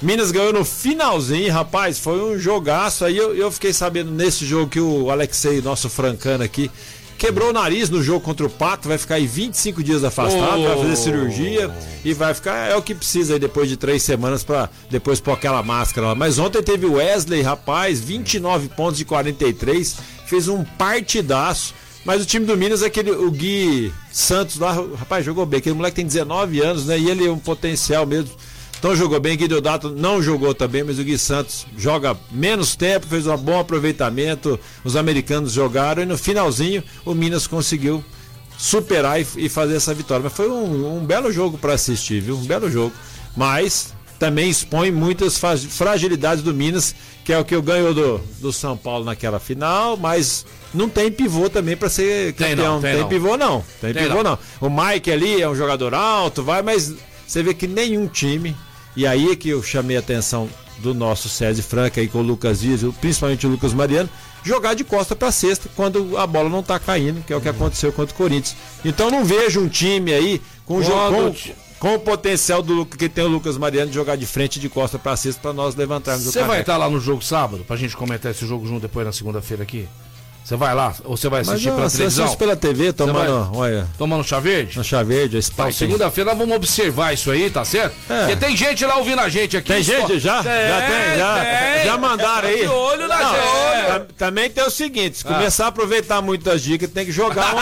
S3: Minas ganhou no finalzinho, rapaz. Foi um jogaço. Aí eu, eu fiquei sabendo nesse jogo que o Alexei, nosso francano aqui, quebrou o nariz no jogo contra o Pato. Vai ficar aí 25 dias afastado,
S2: Oh.
S3: vai fazer cirurgia e vai ficar. É o que precisa aí depois de três semanas pra depois pôr aquela máscara lá. Mas ontem teve o Wesley, rapaz, 29 pontos de 43. Fez um partidaço. Mas o time do Minas, é aquele, o Gui Santos lá, o rapaz, jogou bem. Aquele moleque tem 19 anos, né? E ele é um potencial mesmo. Então jogou bem, Gui Deodato não jogou também, mas o Gui Santos joga menos tempo, fez um bom aproveitamento. Os americanos jogaram e no finalzinho o Minas conseguiu superar e, e fazer essa vitória. Mas foi um, um belo jogo para assistir, viu? Um belo jogo. Mas também expõe muitas fa- fragilidades do Minas, que é o que eu ganho do, do São Paulo naquela final, mas não tem pivô também para ser
S2: Tem
S3: campeão.
S2: não, tem não.
S3: pivô não. Tem,
S2: Tem
S3: pivô não. O Mike ali é um jogador alto, vai, mas você vê que nenhum time. E aí é que eu chamei a atenção do nosso César Franca aí com o Lucas Dias, o- principalmente o Lucas Mariano, jogar de costa para cesta quando a bola não tá caindo, que é o que
S2: Uhum.
S3: aconteceu contra o Corinthians. Então não vejo um time aí com, jo-
S2: Quando
S3: com,
S2: o ti-
S3: com o potencial do Lu- que tem o Lucas Mariano de jogar de frente e de costa para cesta para nós levantarmos
S2: Você vai tá
S3: caneco.
S2: estar lá no jogo sábado pra gente comentar esse jogo junto depois na segunda-feira aqui? Você vai lá? Ou você vai
S3: Mas
S2: assistir
S3: não,
S2: pela
S3: você
S2: televisão?
S3: assiste pela TV tomando, olha,
S2: Tomando chá verde?
S3: na chá verde, a Spike.
S2: Então, segunda-feira nós vamos observar isso aí, tá certo?
S3: É.
S2: Porque tem gente lá ouvindo a gente aqui.
S3: Tem
S2: Só- é,
S3: gente já? já tem, já.
S2: tem.
S3: Já mandaram aí.
S2: Tá De olho na
S3: Não, é.
S2: gente.
S3: tam- Também tem o seguinte, se começar a aproveitar muito as dicas, tem que jogar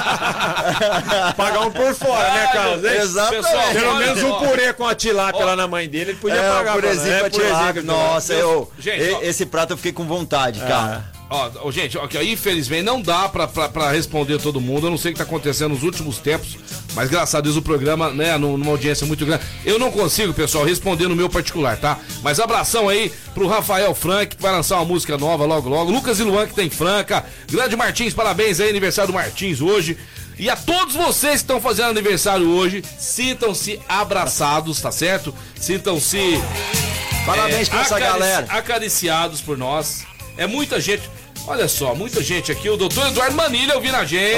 S3: uma. Pagar um por fora, né, Carlos? hein?
S1: Exatamente.
S2: Pessoal,
S3: Pelo
S2: olha,
S3: menos um
S2: ó,
S3: purê com a tilápia lá na mãe dele, ele podia
S1: É,
S3: pagar.
S1: por
S3: pra nós.
S1: exemplo,
S3: É,
S1: a tilápia. Nossa, eu,
S2: Gente,
S1: e-
S2: ó.
S1: esse prato eu fiquei com vontade, cara.
S2: Ó, ó, gente, ó, que, ó, infelizmente não dá pra, pra, pra responder todo mundo. Eu não sei o que tá acontecendo nos últimos tempos, mas graças a Deus o programa, né, num- numa audiência muito grande. Eu não consigo, pessoal, responder no meu particular, tá? Mas abração aí pro Rafael Frank, que vai lançar uma música nova logo logo. Lucas e Luan, que tem Franca. Grande Martins, parabéns aí, aniversário do Martins hoje. E a todos vocês que estão fazendo aniversário hoje, sintam-se abraçados, tá certo? Sintam-se
S1: Parabéns pra essa
S2: acarici-
S1: galera.
S2: Acariciados por nós. É muita gente. Olha só, muita gente aqui. O doutor Eduardo Manilha ouvindo a gente.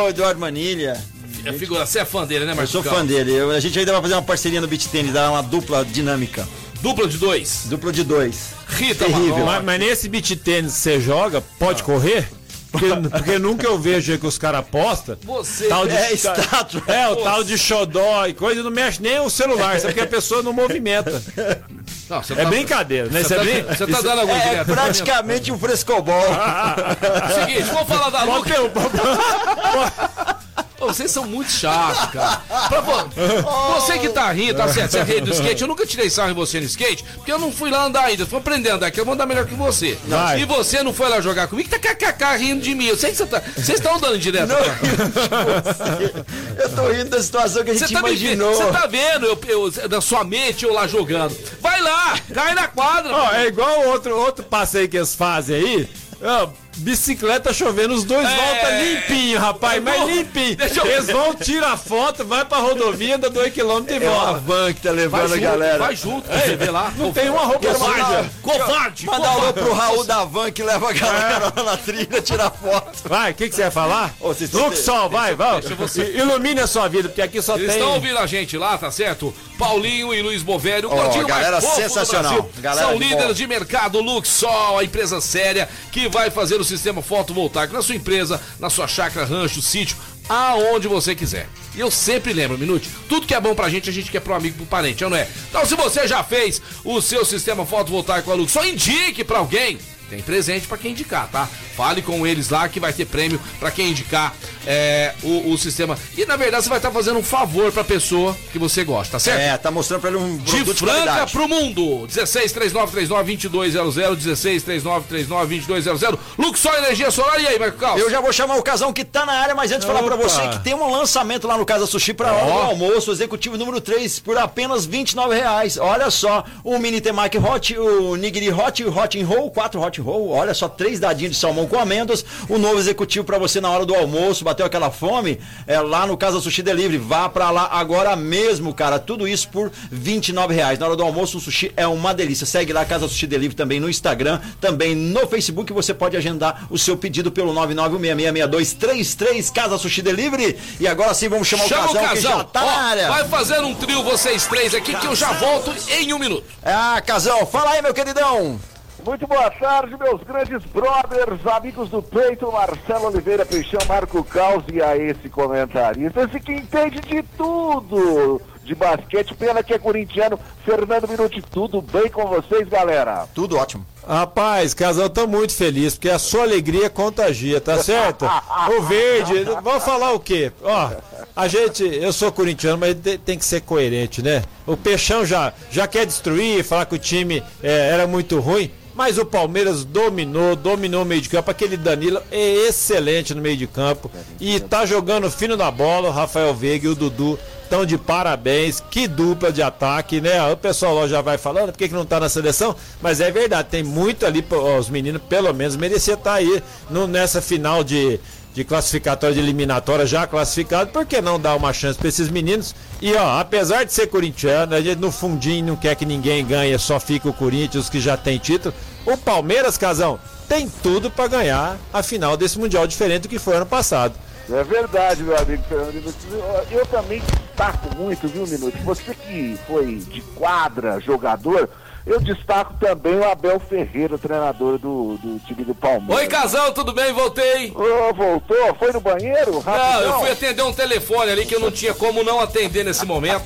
S1: Ô, Eduardo Manilha.
S2: É figura, você é fã dele, né,
S1: Eu
S2: Marcos?
S1: sou fã dele. Eu- a gente ainda vai fazer uma parceria no beat tênis, dar uma dupla dinâmica.
S2: Dupla de dois.
S1: Dupla de dois.
S2: Rita
S1: Terrível.
S2: Terrível.
S3: Mas, mas nesse beat tênis que você joga, pode correr? Porque, porque nunca eu vejo aí que os caras apostam.
S2: Você-
S3: tal de,
S1: É estátua.
S3: É, o tal de xodó e coisa, não mexe nem o celular, sabe que a pessoa não movimenta.
S2: Não, você
S3: É
S2: tá-
S3: brincadeira, né?
S2: Você
S3: Isso
S2: tá,
S3: é brin-
S2: você tá dando algum
S1: É
S2: direto?
S1: praticamente um frescobol.
S2: Seguinte, vamos falar da Luca.
S3: Qualquer um,
S2: Ô, Vocês são muito chatos, cara. Pra vo- Você que tá rindo, tá certo? Você é rei do skate. Eu nunca tirei sarro em você no skate, porque eu não fui lá andar ainda. Eu Fui aprender a andar, que eu vou andar melhor que você.
S3: Vai.
S2: E você não foi lá jogar comigo, tá kkk rindo de mim. Eu sei que você tá. Vocês estão dando direto. cara.
S1: Eu tô rindo da situação que a gente
S2: Você tá, me vendo,
S1: imaginou.
S2: você tá vendo eu, eu- da sua mente eu lá jogando. Vai lá, cai na quadra.
S3: Ó, é igual outro, outro passeio que eles fazem aí. ó, bicicleta chovendo, os dois
S2: É.
S3: voltam limpinho, rapaz, mas
S2: Não,
S3: limpinho.
S2: deixa eu-
S3: Eles vão, tirar foto, vai pra rodovia, anda dois quilômetros e
S1: É uma
S3: volta.
S1: van que tá
S2: vai
S1: levando a
S2: junto,
S1: galera.
S2: vai junto, você vê lá.
S3: Não tem um, uma roupa suja.
S2: Covarde!
S1: Mandar alô pro Raul da van que leva a galera lá na trilha tirar foto.
S3: Vai, o que, que você ia falar?
S1: Ô, vocês-
S3: Lucas, sol, vai, vai. I- Ilumine a sua vida, porque aqui só
S2: Eles
S3: tem.
S2: estão ouvindo a gente lá, tá certo? Paulinho e Luiz Bovério, o gordinho
S1: galera
S2: mais fofo do
S1: sensacional.
S2: Brasil.
S1: Galera
S2: São
S1: de
S2: líderes
S1: bola.
S2: de mercado, Luxol, a empresa séria que vai fazer o sistema fotovoltaico na sua empresa, na sua chácara, rancho, sítio, aonde você quiser. E eu sempre lembro, Minute, tudo que é bom pra gente, a gente quer pro amigo, pro parente, não é? Então se você já fez o seu sistema fotovoltaico com a Luxol, indique pra alguém. Tem presente pra quem indicar, tá? Fale com eles lá que vai ter prêmio pra quem indicar é, o, o sistema. E na verdade você vai estar fazendo um favor pra pessoa que você gosta, tá certo?
S1: É, tá mostrando pra ele um produto
S2: De
S1: de,
S2: Franca
S1: qualidade.
S2: pro mundo! 16 3939 2200 16 3939 2200 Luxol Energia Solar, e aí, Marco Carlos?
S1: Eu já vou chamar o casão que tá na área, mas antes falar pra
S3: Opa.
S1: você que tem um lançamento lá no Casa Sushi pra hora do almoço, executivo número 3, por apenas R$ 29 reais. Olha só, o mini temaki hot, o nigiri hot, o hot and roll, quatro hot and roll. Olha só, três dadinhos de salmão com amêndoas. O novo executivo pra você na hora do almoço. Bateu aquela fome? É lá no Casa Sushi Delivery. Vá pra lá agora mesmo, cara. Tudo isso por R$ 29 reais. Na hora do almoço, um sushi é uma delícia. Segue lá Casa Sushi Delivery também no Instagram, também no Facebook. Você pode agendar o seu pedido pelo 991666233 Casa Sushi Delivery. E agora sim, vamos chamar
S2: Chama
S1: o
S2: o
S1: casal que já
S2: casal.
S1: tá
S2: Ó,
S1: na área.
S2: vai fazendo um trio vocês três aqui que eu já volto em um minuto.
S1: Ah, Casão, fala aí, meu queridão.
S7: Muito boa tarde, meus grandes brothers, amigos do peito, Marcelo Oliveira Peixão, Marco Caos e a esse comentarista, esse que entende de tudo de basquete, pena que é corintiano, Fernando Minuti, tudo bem com vocês, galera?
S1: Tudo ótimo.
S3: Rapaz, casal, tô muito feliz, porque a sua alegria contagia, tá certo? O verde, vou falar o quê? Ó, a gente, eu sou corintiano, mas te- tem que ser coerente, né? O Peixão já, já quer destruir, falar que o time é, era muito ruim, mas o Palmeiras dominou, dominou o meio de campo. Aquele Danilo é excelente no meio de campo e tá jogando fino na bola. O Rafael Veiga e o Dudu estão Então, de parabéns. Que dupla de ataque, né? O pessoal lá já vai falando por que, que não tá na seleção, mas é verdade, tem muito ali. pô, ó, os meninos, pelo menos, merecia estar aí no- nessa final de, de classificatória de eliminatória já classificado, por que não dar uma chance pra esses meninos? E ó, apesar de ser corintiano, a gente no fundinho não quer que ninguém ganhe, só fica o Corinthians que já tem título. O Palmeiras, Casão, tem tudo pra ganhar a final desse mundial diferente do que foi ano passado.
S7: É verdade, meu amigo Fernando Minuti. Eu também destaco muito, viu, Minuti? Você que foi de quadra, jogador, eu destaco também o Abel Ferreira, treinador do, do time do Palmeiras.
S2: Oi, casal, tudo bem? Voltei.
S7: Ô, voltou? Foi no banheiro?
S2: Não,
S7: Rapidão.
S2: eu fui atender um telefone ali que eu não tinha como não atender nesse momento.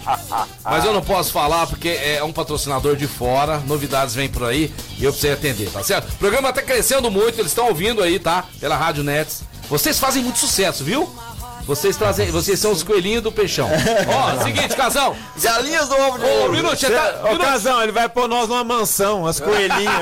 S2: Mas eu não posso falar porque é um patrocinador de fora, novidades vêm por aí e eu precisei atender, tá certo? O programa tá crescendo muito, eles estão ouvindo aí, tá? Pela Rádio Nets. Vocês fazem muito sucesso, viu? Vocês trazem, vocês são os coelhinhos do peixão. Ó, seguinte, casal.
S1: Galinhas do ovo de
S2: Ô,
S1: ouro.
S2: minuto, você tá.
S3: Ô
S2: Minuto,
S3: Casão, ele vai pôr nós numa mansão, as coelhinhas.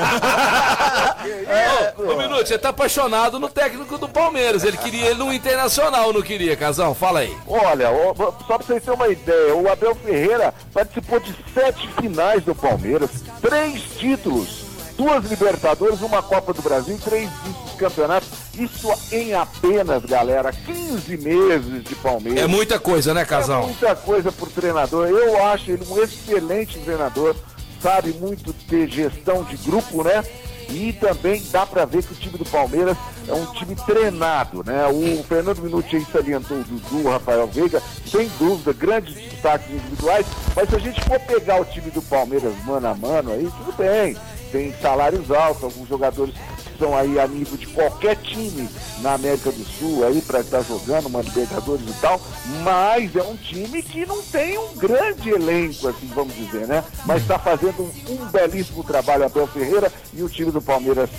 S1: é,
S2: ô, ô, minuto, você tá apaixonado no técnico do Palmeiras. Ele queria ele no internacional, não queria, casal? Fala aí.
S7: Olha, ó, só pra vocês terem uma ideia, o Abel Ferreira participou de sete finais do Palmeiras, três títulos, duas Libertadores, uma Copa do Brasil e três vice-campeonatos. Isso em apenas, galera, 15 meses de Palmeiras.
S2: É muita coisa, né,
S7: É
S2: casal?
S7: muita coisa pro treinador. Eu acho ele um excelente treinador, sabe muito de gestão de grupo, né? E também dá pra ver que o time do Palmeiras é um time treinado, né? O Fernando Minuti aí salientou o Dudu, o Rafael Veiga, sem dúvida, grandes destaques individuais, mas se a gente for pegar o time do Palmeiras mano a mano aí, tudo bem. Tem salários altos, alguns jogadores estão aí a nível de qualquer time na América do Sul aí para estar jogando uma Libertadores e tal, mas é um time que não tem um grande elenco, assim, vamos dizer, né? Mas está fazendo um, um belíssimo trabalho Abel Ferreira e o time do Palmeiras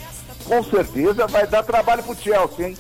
S7: com certeza vai dar trabalho pro Chelsea, hein?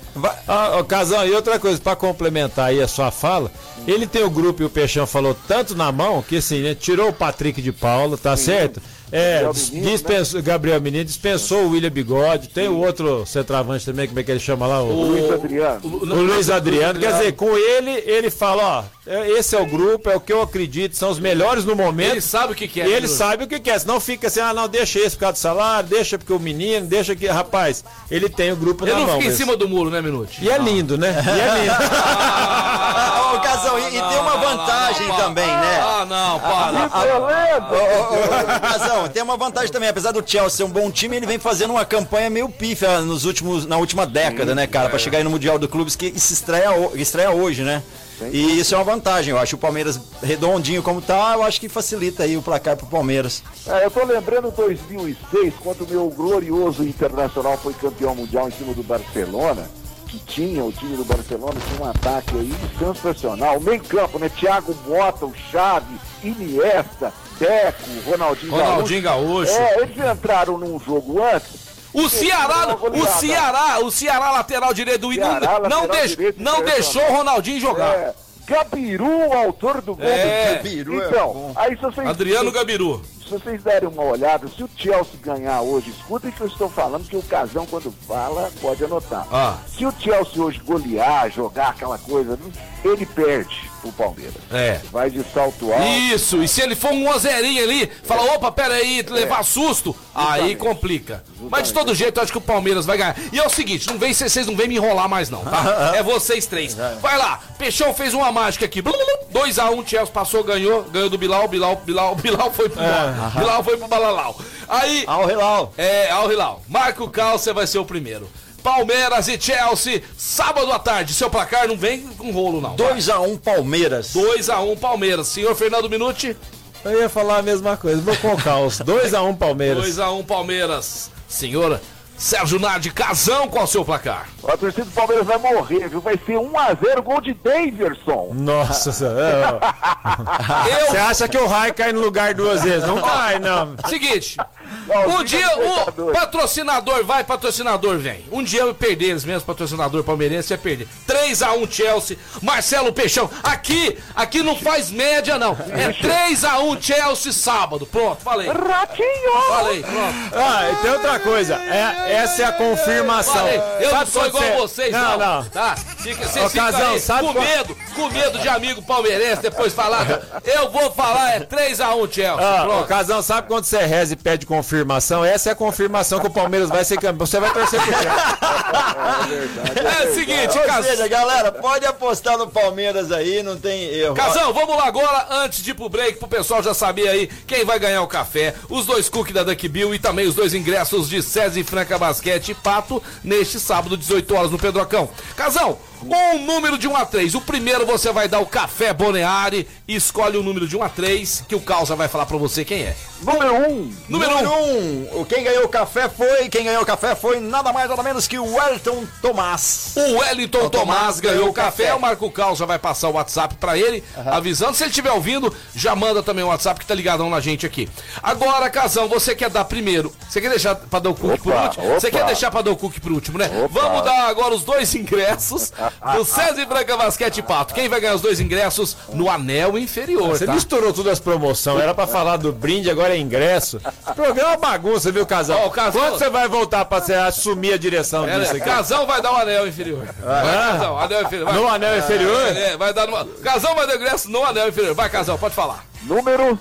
S3: Ah, ô, Casão, e outra coisa, pra complementar aí a sua fala, ele tem o grupo e o Peixão falou tanto na mão que assim, né, tirou o Patrick de Paulo, tá certo? É,
S7: Gabriel
S3: dis-
S7: Menino,
S3: dispensou, Gabriel Menino dispensou o William Bigode, tem o outro centroavante também, como é que ele chama lá? O,
S7: Luiz Adriano.
S3: o Luiz Adriano. Quer dizer, com ele, ele fala, ó, é- esse é o grupo, é o que eu acredito, são os melhores no momento.
S2: Ele sabe o que, que é.
S3: E ele
S2: Minuto.
S3: sabe o que quer, senão fica assim, ah, não, deixa esse por causa do salário, deixa porque o menino, deixa que, rapaz, ele tem o grupo
S2: Eu
S3: na
S2: não
S3: mão.
S2: fiquei em
S3: mesmo.
S2: cima do muro, né, Minuti?
S3: E é lindo, né? E é lindo.
S1: Ah, ô, Casão, e, e tem uma vantagem também, né?
S2: Ah, não, para.
S7: Beleza!
S1: Ô, Casão, tem uma vantagem também. Apesar do Chelsea ser um bom time, ele vem fazendo uma campanha meio pífia nos últimos, na última década, né,
S2: É.
S1: cara? Pra chegar aí no Mundial do Clubes que se estreia, ho- que estreia hoje, né? E isso é uma vantagem, eu acho. O Palmeiras redondinho como tá, eu acho que facilita aí o placar pro Palmeiras.
S7: É, eu tô lembrando 2006, quando o meu glorioso internacional foi campeão mundial em cima do Barcelona, que tinha, o time do Barcelona tinha um ataque aí sensacional. Meio campo, né? Thiago Mota, o Chave, Iniesta, Deco, Ronaldinho,
S2: Ronaldinho Gaúcho.
S7: É, eles entraram num jogo antes.
S2: O Ceará, o Ceará, o Ceará lateral direito do Inu,
S7: Ceará,
S2: não,
S7: lateral
S2: deix,
S7: direito,
S2: não
S7: Ceará.
S2: deixou o Ronaldinho jogar.
S7: É, Gabiru, o autor do gol
S2: Tá. É,
S7: do time. Então, aí se vocês
S2: Adriano Gabiru.
S7: Se vocês derem uma olhada, se o Chelsea ganhar hoje, escutem que eu estou falando que o Casão, quando fala, pode anotar.
S2: Ah.
S7: Se o Chelsea hoje golear, jogar aquela coisa, não- ele perde pro Palmeiras.
S2: É.
S7: Vai de salto alto.
S2: Isso, e se ele for um ozerinho ali, fala, opa, peraí, levar susto, aí
S7: Justamente.
S2: complica. Mas de todo jeito, eu acho que o Palmeiras vai ganhar. E é o seguinte, não vem, vocês não vêm me enrolar mais não, tá? É vocês três. Vai lá, Peixão fez uma mágica aqui, 2x1, Chelsea passou, ganhou, ganhou do Bilal, Bilal, Bilal, Bilal foi pro Bilal, Bilal foi pro Balalau. Aí,
S1: Ao Hilal.
S2: é, Al Hilal, Marco Calça vai ser o primeiro. Palmeiras e Chelsea, sábado à tarde, seu placar não vem com rolo não. tá?
S1: 2x1 Palmeiras.
S2: 2x1 Palmeiras. Senhor Fernando Minuti,
S3: Eu ia falar a mesma coisa, vou colocar os 2x1 Palmeiras.
S2: 2x1 Palmeiras. Senhor Sérgio Nardi, casão qual o seu placar?
S7: A torcida do Palmeiras vai morrer, viu? Vai ser 1x0 gol de Daverson.
S3: Nossa, é, senhora. um.
S7: Ah,
S3: você
S2: Eu.
S3: acha que o Rai cai no lugar duas vezes? Não cai, não.
S2: Seguinte,
S7: Não, tá
S2: um
S7: fica
S2: dia
S7: com
S2: o
S7: o
S2: patrocinador vai, patrocinador vem. Um dia eu perder eles mesmo, patrocinador palmeirense ia perder. 3x1 Chelsea, Marcelo Peixão. Aqui, aqui não faz média não. É 3x1 Chelsea sábado. Pronto, falei.
S7: Ratinho!
S2: Falei, pronto.
S3: Ah, e tem outra coisa. É, essa é a confirmação.
S2: Falei. Eu não
S3: Sabe
S2: sou
S3: quando
S2: igual
S3: você-
S2: a vocês,
S3: não.
S2: não.
S3: Não,
S2: Tá? Fica,
S3: Ô,
S2: vocês ficam
S3: Casão,
S2: aí
S3: sabe
S2: com
S3: qual-
S2: medo, com medo de amigo palmeirense depois falar. Eu vou falar, é 3x1 Chelsea.
S3: Ah,
S2: pronto.
S3: ô, Casão, sabe quando você reza e pede confirmação? Essa é a confirmação que o Palmeiras vai ser campeão. Você vai torcer pro Chelsea.
S2: É o seguinte,
S1: Ou
S2: Cas-
S1: seja, galera, pode apostar no Palmeiras aí, não tem erro.
S2: Casão, vamos lá agora, antes de ir pro break, pro pessoal já saber aí quem vai ganhar o café, os dois cookies da Duck Bill e também os dois ingressos de César e Franca Basquete e Pato neste sábado, 18 horas, no Pedrocão. Casão, um número de 1 a 3. O primeiro você vai dar o café Boneari, escolhe o número de 1 a 3, que o Causa vai falar pra você quem é.
S7: Número 1.
S2: Número 1.
S1: um. o Quem ganhou o café foi. Quem ganhou o café foi nada mais nada menos que o Elton Tomás.
S2: O Wellington Tomás ganhou o café.
S1: café.
S2: O Marco Cal já vai passar o WhatsApp pra ele, avisando. Se ele estiver ouvindo, já manda também o WhatsApp que tá ligadão na gente aqui. Agora, Casão, você quer dar primeiro? Você quer deixar pra dar o cookie por
S7: Opa,
S2: último? Você
S7: opa.
S2: quer deixar pra dar o cookie por último, né?
S7: Opa.
S2: Vamos dar agora os dois ingressos do César e Branca Basquete e Pato. Quem vai ganhar os dois ingressos no anel inferior,
S3: Você
S2: tá?
S3: misturou tudo as promoções. Era pra falar do brinde, agora é ingresso. Esse programa é uma bagunça, viu, Casal?
S2: Ó, o Casão-
S3: Quando você vai voltar pra você assumir a direção
S2: É, né?
S3: disso aqui? Ah, é?
S2: Casão vai dar o anel inferior. Vai, Casão, anel inferior. Vai.
S3: No anel inferior?
S2: É, vai dar no... Casão vai dar ingresso no anel inferior. Vai, Casão, pode falar.
S7: Número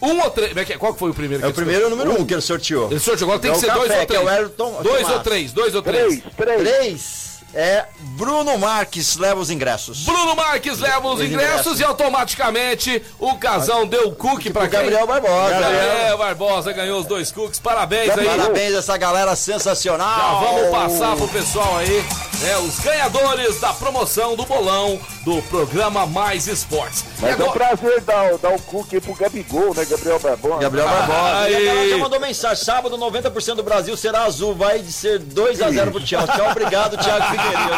S2: Um ou três? Como é que é? Qual que foi o primeiro?
S1: É
S2: que
S1: o primeiro é o número um que ele sorteou.
S2: Ele sorteou, agora tem
S1: É
S2: que
S1: o
S2: ser dois
S1: café,
S2: ou
S1: que é o
S2: três.
S1: Ayrton
S2: dois ou
S1: Tomás.
S2: três, dois ou três.
S7: 3. 3.
S1: Três é Bruno Marques leva os ingressos.
S2: Bruno Marques leva os
S1: Dois
S2: ingressos
S1: ingressos.
S2: e automaticamente o Casão deu o cookie pra
S1: Tipo O
S2: quem?
S1: Gabriel Barbosa.
S2: Gabriel Barbosa ganhou os dois cookies. Parabéns aí.
S1: Parabéns a essa galera
S2: Já
S1: sensacional.
S2: vamos passar pro pessoal aí, né, os ganhadores da promoção do bolão do programa Mais Esportes. e
S7: Mas é um
S2: agora...
S7: prazer dar, dar o cookie aí pro Gabigol, né, Gabriel Barbosa?
S1: Gabriel Barbosa.
S2: Aí.
S1: E a galera já mandou mensagem. Sábado, 90% do Brasil será azul. Vai de ser 2x0 pro Thiago. Tchau, obrigado, Thiago Figueiredo.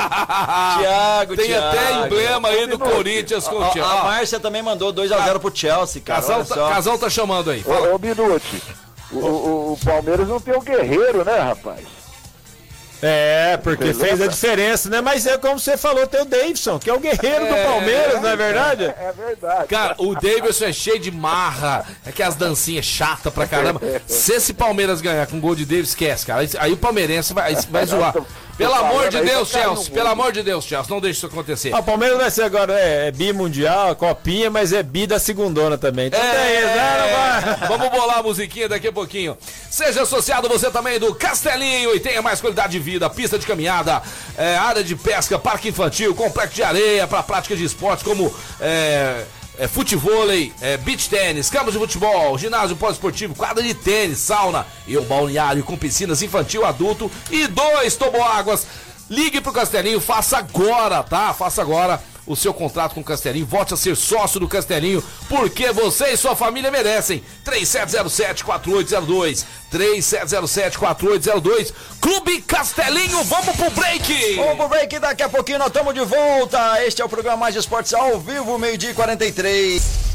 S1: Thiago,
S2: Tem
S1: Thiago.
S2: até emblema aí do Corinthians com o
S1: A, a
S2: Thiago.
S1: Márcia também mandou 2x0 pro Chelsea, cara.
S2: Casão
S1: Ah, olha
S2: tá,
S1: só.
S2: Casão tá chamando aí.
S7: Ô, ô Minuti, o, o- o Palmeiras não tem o Guerreiro, né, rapaz?
S3: É, porque
S7: Beleza.
S3: fez a diferença, né? Mas é como você falou, tem o Davidson, que é o guerreiro
S2: É.
S3: do Palmeiras, não é verdade?
S7: É verdade.
S2: Cara, o Davidson é cheio de marra. É que as dancinhas chata pra caramba. Se esse Palmeiras ganhar com gol de Davis, esquece, cara. Aí, aí o palmeirense vai, vai zoar.
S7: tô- tô
S2: Pelo
S7: falando,
S2: amor de
S7: aí
S2: Deus,
S7: vai cair no
S2: Chelsea.
S7: mundo.
S2: Pelo amor de Deus, Chelsea. Não deixe isso acontecer.
S3: Ah, o Palmeiras vai ser agora é, é bimundial, copinha, mas é bi da segundona também. Então
S1: É.
S3: tem isso, né? Não vai-
S2: Vamos bolar a musiquinha daqui a pouquinho. Seja associado você também do Castelinho e tenha mais qualidade de vida, pista de caminhada, é, área de pesca, parque infantil, complexo de areia para prática de esportes como é, é, futevôlei, é, beach tênis, campos de futebol, ginásio pós-esportivo, quadra de tênis, sauna e o balneário com piscinas infantil, adulto e dois toboáguas. Ligue pro Castelinho, faça agora, tá? Faça agora o seu contrato com o Castelinho. Volte a ser sócio do Castelinho, porque você e sua família merecem. 3707-4802. 3707-4802. Clube Castelinho, vamos pro break!
S1: Vamos pro break, daqui a pouquinho nós estamos de volta. Este é o programa Mais Esportes ao vivo, meio-dia e 43.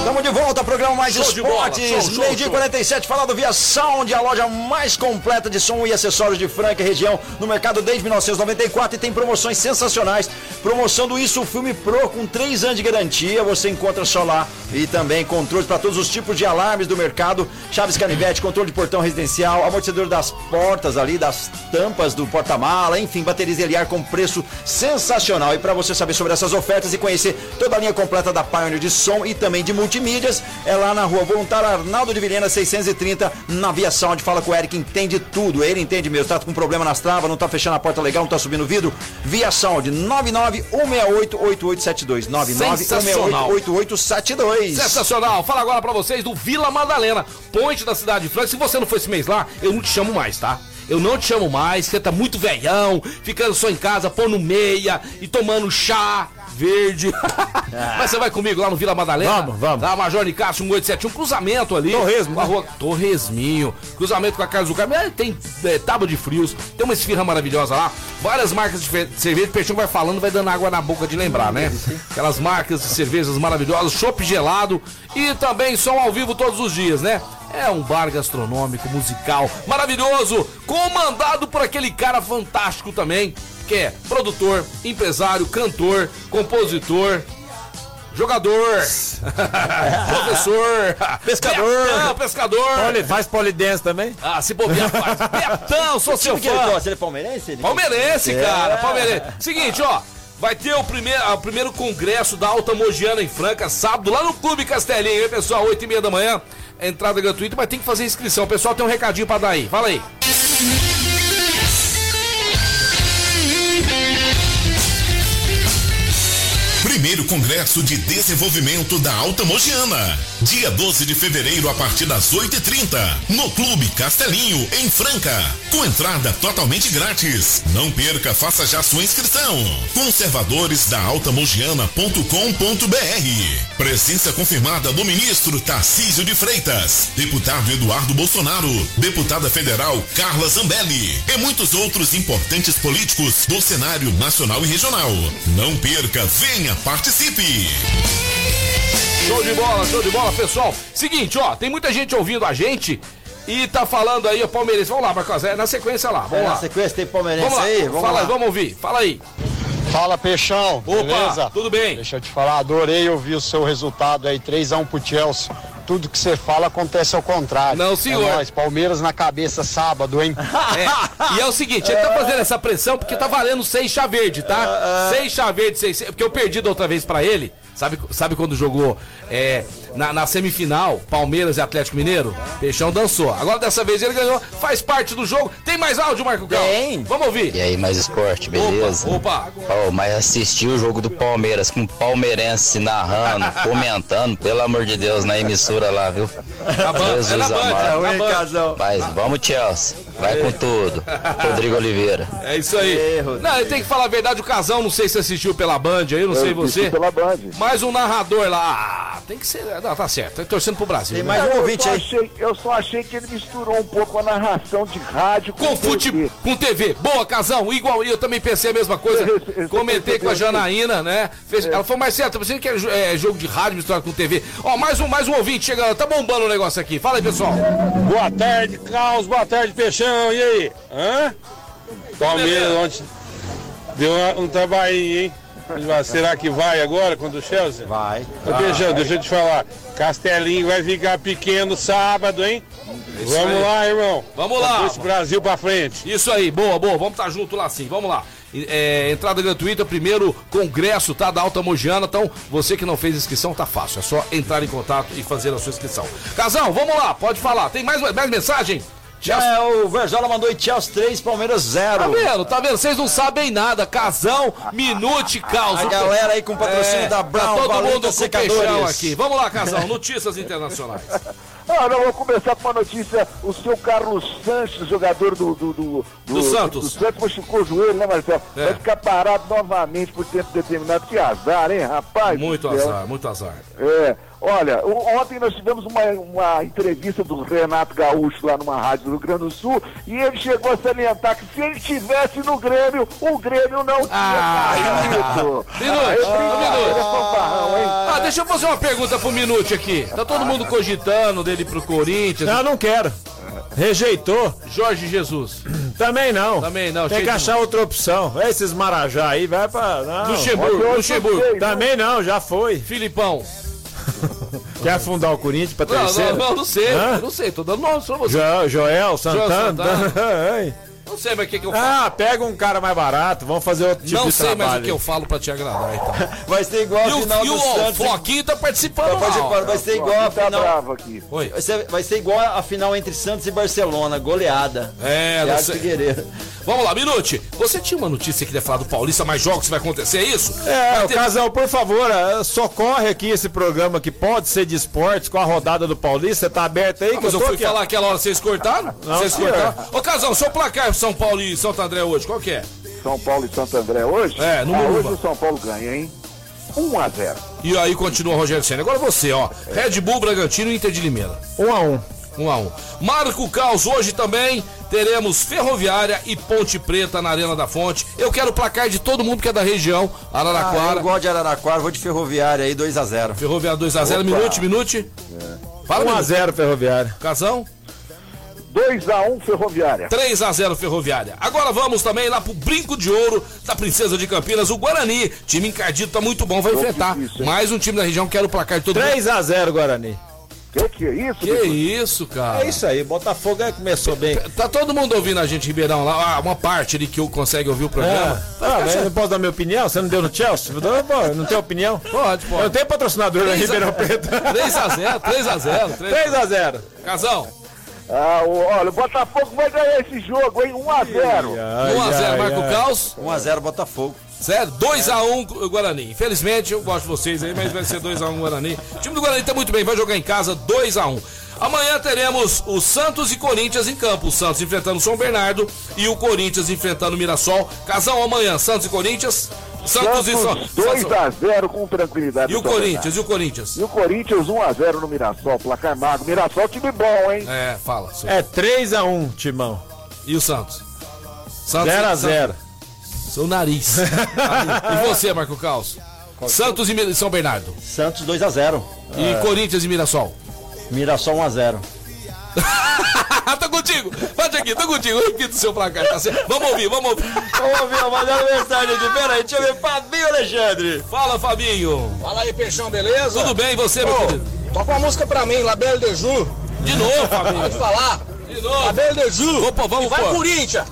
S1: Estamos de volta volta ao programa Mais
S2: Show de bola, show,
S1: Esportes.
S2: show,
S1: Meio dia
S2: show.
S1: 47, falado via Sound, a loja mais completa de som e acessórios de Franca e região no mercado desde 1994 e tem promoções sensacionais. Promoção do Isso Filme Pro com 3 anos de garantia. Você encontra só lá e também controles para todos os tipos de alarmes do mercado. Chaves Canivete, controle de portão residencial, amortecedor das portas ali, das tampas do porta-mala, enfim, baterias Eliar com preço sensacional. E para você saber sobre essas ofertas e conhecer toda a linha completa da Pioneer de som e também de multimídias, é lá na rua Voluntário Arnaldo de Vilhena, 630, na Via Sound. Fala com o Eric, entende tudo. Ele entende mesmo. Tá com problema nas travas, não tá fechando a porta legal, não tá subindo o vidro. Via Sound, 991688872.
S2: Sensacional.
S1: 991688872.
S2: Sensacional. Fala agora pra vocês do Vila Madalena, ponte da cidade de Franca. Se você não foi esse mês lá, eu não te chamo mais, tá? Eu não te chamo mais, você tá muito velhão, ficando só em casa, pondo meia e tomando chá verde. Mas você vai comigo lá no Vila Madalena?
S3: Vamos, vamos.
S2: Lá, Tá, Major um de Cássio, 1871, cruzamento ali.
S3: Torresmo,
S2: Com a
S3: né?
S2: rua Torresminho. Cruzamento com a Casa do Carmo. Aí Tem é, tábua de frios, tem uma esfirra maravilhosa lá. Várias marcas de fe- cerveja. O Peixinho vai falando, vai dando água na boca de lembrar, né? Aquelas marcas de cervejas maravilhosas, chopp gelado e também som ao vivo todos os dias, né? É um bar gastronômico, musical, maravilhoso, comandado por aquele cara fantástico também, que é produtor, empresário, cantor, compositor, jogador, professor,
S1: Pescador.
S2: Betão, pescador.
S3: Poli, faz polidense também?
S2: Ah, se bobear faz. Betão, sou seu fã.
S1: Ele é palmeirense? Ele...
S2: Palmeirense, cara,
S1: É.
S2: palmeirense. Seguinte, ó. Vai ter o primeiro, ah, o primeiro congresso da Alta Mogiana em Franca, sábado, lá no Clube Castelinho, hein, pessoal? 8 e meia da manhã. Entrada gratuita, mas tem que fazer inscrição. Pessoal, tem um recadinho pra dar aí. Fala aí.
S8: Primeiro Congresso de Desenvolvimento da Alta Mogiana. Dia 12 de fevereiro, a partir das 8h30, no Clube Castelinho, em Franca. Com entrada totalmente grátis. Não perca, faça já sua inscrição. Conservadoresdaaltamogiana.com.br Presença confirmada do ministro Tarcísio de Freitas, deputado Eduardo Bolsonaro, deputada federal Carla Zambelli e muitos outros importantes políticos do cenário nacional e regional. Não perca, venha, participe!
S2: Show de bola, show de bola, pessoal. Seguinte, ó, tem muita gente ouvindo a gente e tá falando aí, ó, palmeirense. Vamos lá, Marcos, é na sequência lá, vamos
S1: É,
S2: lá.
S1: na sequência tem palmeirense
S2: Vamos lá,
S1: aí? Vamos
S2: fala,
S1: lá.
S2: vamos ouvir, fala aí.
S9: Fala Peixão,
S2: Opa,
S9: beleza?
S2: tudo bem?
S9: Deixa eu te falar, adorei ouvir o seu resultado aí, 3x1 pro Chelsea. Tudo que você fala acontece ao contrário.
S2: Não, senhor.
S9: É nóis, Palmeiras na cabeça sábado, hein?
S2: É, e é o seguinte, ele tá fazendo essa pressão porque tá valendo seis chá verde, tá? Seis chá verde, seis, seis- porque eu perdi da outra vez pra ele. Sabe, sabe quando jogou é, na, na semifinal, Palmeiras e Atlético Mineiro? Peixão dançou. Agora dessa vez ele ganhou, faz parte do jogo. Tem mais áudio, Marco Cal?
S1: Tem.
S2: Vamos ouvir.
S10: E aí, mais esporte, beleza?
S2: Opa, opa.
S10: Ó, mas assistir o jogo do Palmeiras com palmeirense narrando, comentando, pelo amor de Deus, na emissora lá, viu?
S2: Na Band, é na Band,
S10: amado.
S2: é na Band.
S10: Mas vamos, Chelsea. Vai com tudo. Rodrigo Oliveira.
S2: É isso aí. Não, eu tenho que falar a verdade, o Casão, não sei se assistiu pela Band aí, não sei você.
S7: Pela Band.
S2: Mas um narrador lá, ah, tem que ser. Não, tá certo, tá torcendo pro Brasil.
S1: Tem
S2: né?
S1: mais um
S7: Eu
S1: ouvinte
S7: só,
S1: aí.
S7: achei, eu só achei que ele misturou um pouco a narração de rádio
S2: com futebol,
S7: TV.
S2: com TV. Boa, Casão, igual eu também pensei a mesma coisa.
S7: Eu- eu- eu-
S2: Comentei
S7: eu- eu-
S2: com a
S7: eu-
S2: Janaína, né? Fez- Ela falou, Marcelo, tá pensando que é, jo- é jogo de rádio misturado com TV. Ó, mais um, mais um ouvinte chegando, tá bombando o negócio aqui. Fala aí, pessoal.
S3: Boa tarde, Klaus. Boa tarde, Peixão. E aí? Hã? Palmeiras ontem deu uma- um trabalhinho, hein? Mas Será que vai agora contra o Chelsea?
S1: Vai.
S3: Ô, Peixão, deixa eu te falar. Castelinho vai ficar pequeno sábado, hein? Vamos lá, irmão.
S2: É Vamos lá.
S3: Com Esse Brasil pra frente.
S2: Isso aí, boa, boa. Vamos estar junto lá sim, vamos lá. E, é, entrada gratuita, primeiro congresso, tá? Da Alta Mogiana. Então, você que não fez inscrição, tá fácil. É só entrar em contato e fazer a sua inscrição. Casão, vamos lá, pode falar. Tem mais, mais mensagem? Chelsea-
S1: É, o Verzola mandou Chelsea 3, Palmeiras 0.
S2: Tá vendo? Tá vendo? Vocês não sabem nada. Casão, minute, causa.
S1: A galera aí com patrocínio
S2: É,
S1: da Brown,
S2: tá todo
S1: Valenta
S2: mundo com
S1: Secadores.
S2: peixão aqui. Vamos lá, Casão. Notícias internacionais.
S7: Ah, não, vou começar com uma notícia. O seu Carlos Sanches, jogador do. Do, do,
S2: Do Santos.
S7: Do Santos machucou o joelho, né, Marcelo?
S2: É.
S7: Vai ficar parado novamente por tempo determinado. Que azar, hein, rapaz? do
S2: Muito
S7: céu.
S2: azar, muito azar.
S7: É, olha, o- ontem nós tivemos uma, uma entrevista do Renato Gaúcho lá numa rádio do Rio Grande do Sul e ele chegou a salientar que se ele tivesse no Grêmio, o Grêmio não tinha
S2: Ah!
S7: caído. Ah,
S2: Minuto,
S7: Esse
S2: minuto.
S7: é fanfarrão, hein?
S2: Ah, deixa eu fazer uma pergunta pro Minute aqui. Tá todo mundo cogitando dele pro Corinthians.
S3: Ah, não quero. Rejeitou.
S2: Jorge Jesus.
S3: Também não.
S2: Também não,
S3: Tem
S2: cheio
S3: que
S2: de-
S3: achar outra opção. É, Esses marajá aí, vai pra. Não.
S2: Luxemburgo,
S7: Olha, eu
S2: Luxemburgo.
S7: sei, viu?
S3: Também não, já foi.
S2: Filipão.
S3: Quer afundar o Corinthians pra
S2: Não, não,
S3: terceiro?
S2: não, não sei.
S3: Hã?
S2: Não sei, tô dando nome pra você.
S3: Jo- Joel, Santana. Ai.
S2: Não sei mais o que, que eu falo.
S3: ah, pega um cara mais barato, vamos fazer outro tipo
S2: não
S3: de
S2: sei mais o
S3: trabalho.
S2: que eu falo pra te agradar, então.
S1: Vai ser igual
S2: E
S1: a final
S2: o, e
S1: do
S2: o
S1: Santos.
S2: Floquinho tá participando
S1: Vai ser-
S2: lá, ó.
S1: vai ser
S7: Pô,
S1: igual a
S7: tá
S1: final.
S7: bravo aqui.
S2: Oi.
S1: Vai ser, vai ser igual a final entre Santos e Barcelona, goleada.
S2: É, não
S1: Thiago
S2: sei.
S1: Figueiredo.
S2: Vamos lá, Minute. Você tinha uma notícia que ia falar do Paulista, mais jogos que vai acontecer, é isso?
S3: É,
S2: Vai
S3: o
S2: ter-
S3: Casal, por favor, ah, socorre aqui esse programa que pode ser de esportes com a rodada do Paulista. Tá aberta aí?
S2: Ah,
S3: que eu
S2: mas eu
S3: tô
S2: fui
S3: aqui, ó.
S2: falar aquela hora, vocês cortaram?
S3: Não, é.
S2: vocês
S3: senhor.
S2: cortaram? Ô, Casão, seu placar São Paulo e Santo André hoje, qual que é?
S7: São Paulo e Santo André hoje?
S2: É, no
S7: ah,
S2: Muruba.
S7: hoje o São Paulo ganha, hein? 1 a 0
S2: E aí continua o Rogério Senna. Agora você, ó. Red Bull, Bragantino e Inter de Limeira.
S3: Um a um.
S2: 1 um a 1 um. Marco Caos, hoje também teremos Ferroviária e Ponte Preta na Arena da Fonte. Eu quero o placar de todo mundo que é da região,
S1: Ah, eu
S2: Araraquara.
S1: gosto de Araraquara, vou de Ferroviária aí, 2x0.
S2: Ferroviária 2x0, minute, minute. Fala,
S3: 1 É. a
S2: minute.
S3: 0 Ferroviário.
S2: Casão.
S7: 2 a 1 Ferroviária.
S2: 3 a 0 Ferroviária. Agora vamos também lá pro Brinco de Ouro da Princesa de Campinas, o Guarani. Time encardido, tá muito bom, vai enfrentar
S7: difícil, hein?
S2: mais um time da região. Quero o placar de todo mundo.
S3: 3 a 0 Guarani.
S7: Que que é isso?
S2: Que
S7: Bicudo?
S2: isso, cara.
S3: É isso aí, Botafogo aí começou bem.
S2: Tá todo mundo ouvindo a gente, Ribeirão, lá. Ah, uma parte ali que eu consegue ouvir o programa.
S3: Ah, mas eu não posso dar minha opinião? Você não deu no Chelsea? Eu dou- pô, não tem opinião?
S2: Pode, pode.
S3: Eu tenho patrocinador lá em Ribeirão Preto.
S2: 3x0, 3x0, 3
S3: 3 a 0
S2: Casão,
S7: Ah, o- olha, o Botafogo vai ganhar esse jogo, hein? 1 a 0
S2: 1x0 Marco Caos.
S1: 1x0 Botafogo.
S2: Sério, 2x1 Guarani. Infelizmente, eu gosto de vocês aí, mas vai ser 2x1 Guarani. O time do Guarani tá muito bem, vai jogar em casa 2x1. Amanhã teremos o Santos e Corinthians em campo. O Santos enfrentando o São Bernardo e o Corinthians enfrentando o Mirassol. Casão amanhã, Santos e Corinthians. Santos, e São.
S7: Santos 2 a um. 0 com tranquilidade.
S2: E o
S7: São
S2: Corinthians, e o Corinthians?
S7: Bernardo. E o Corinthians 1 a 0 no Mirassol, placar magro. Mirassol time bom, hein?
S2: É, fala. senhor.
S3: É 3 a 1 Timão.
S2: E o Santos? Santos
S3: 0 a 0
S2: Seu nariz. e você, Marco Caos? Santos e Mir- São Bernardo.
S1: Santos 2x0.
S2: E
S1: É.
S2: Corinthians e Mirassol.
S1: Mirassol 1x0.
S2: Ah, tô contigo! Bate aqui, tô contigo. Eu repito o seu placar, tá certo? Vamos ouvir, vamos ouvir.
S1: Ô, meu, mandaram mensagem aqui. Pera aí, deixa eu ver. Fabinho Alexandre.
S2: Fala, Fabinho.
S5: Fala aí, Peixão, beleza?
S2: Tudo bem, e você, meu querido?
S5: Toca uma música pra mim, Labelle de Ju.
S2: De novo, Fabinho.
S5: falar.
S2: De novo.
S5: Labelle de Ju.
S2: Opa, vamos,
S5: Vai,
S2: pô.
S5: Corinthians.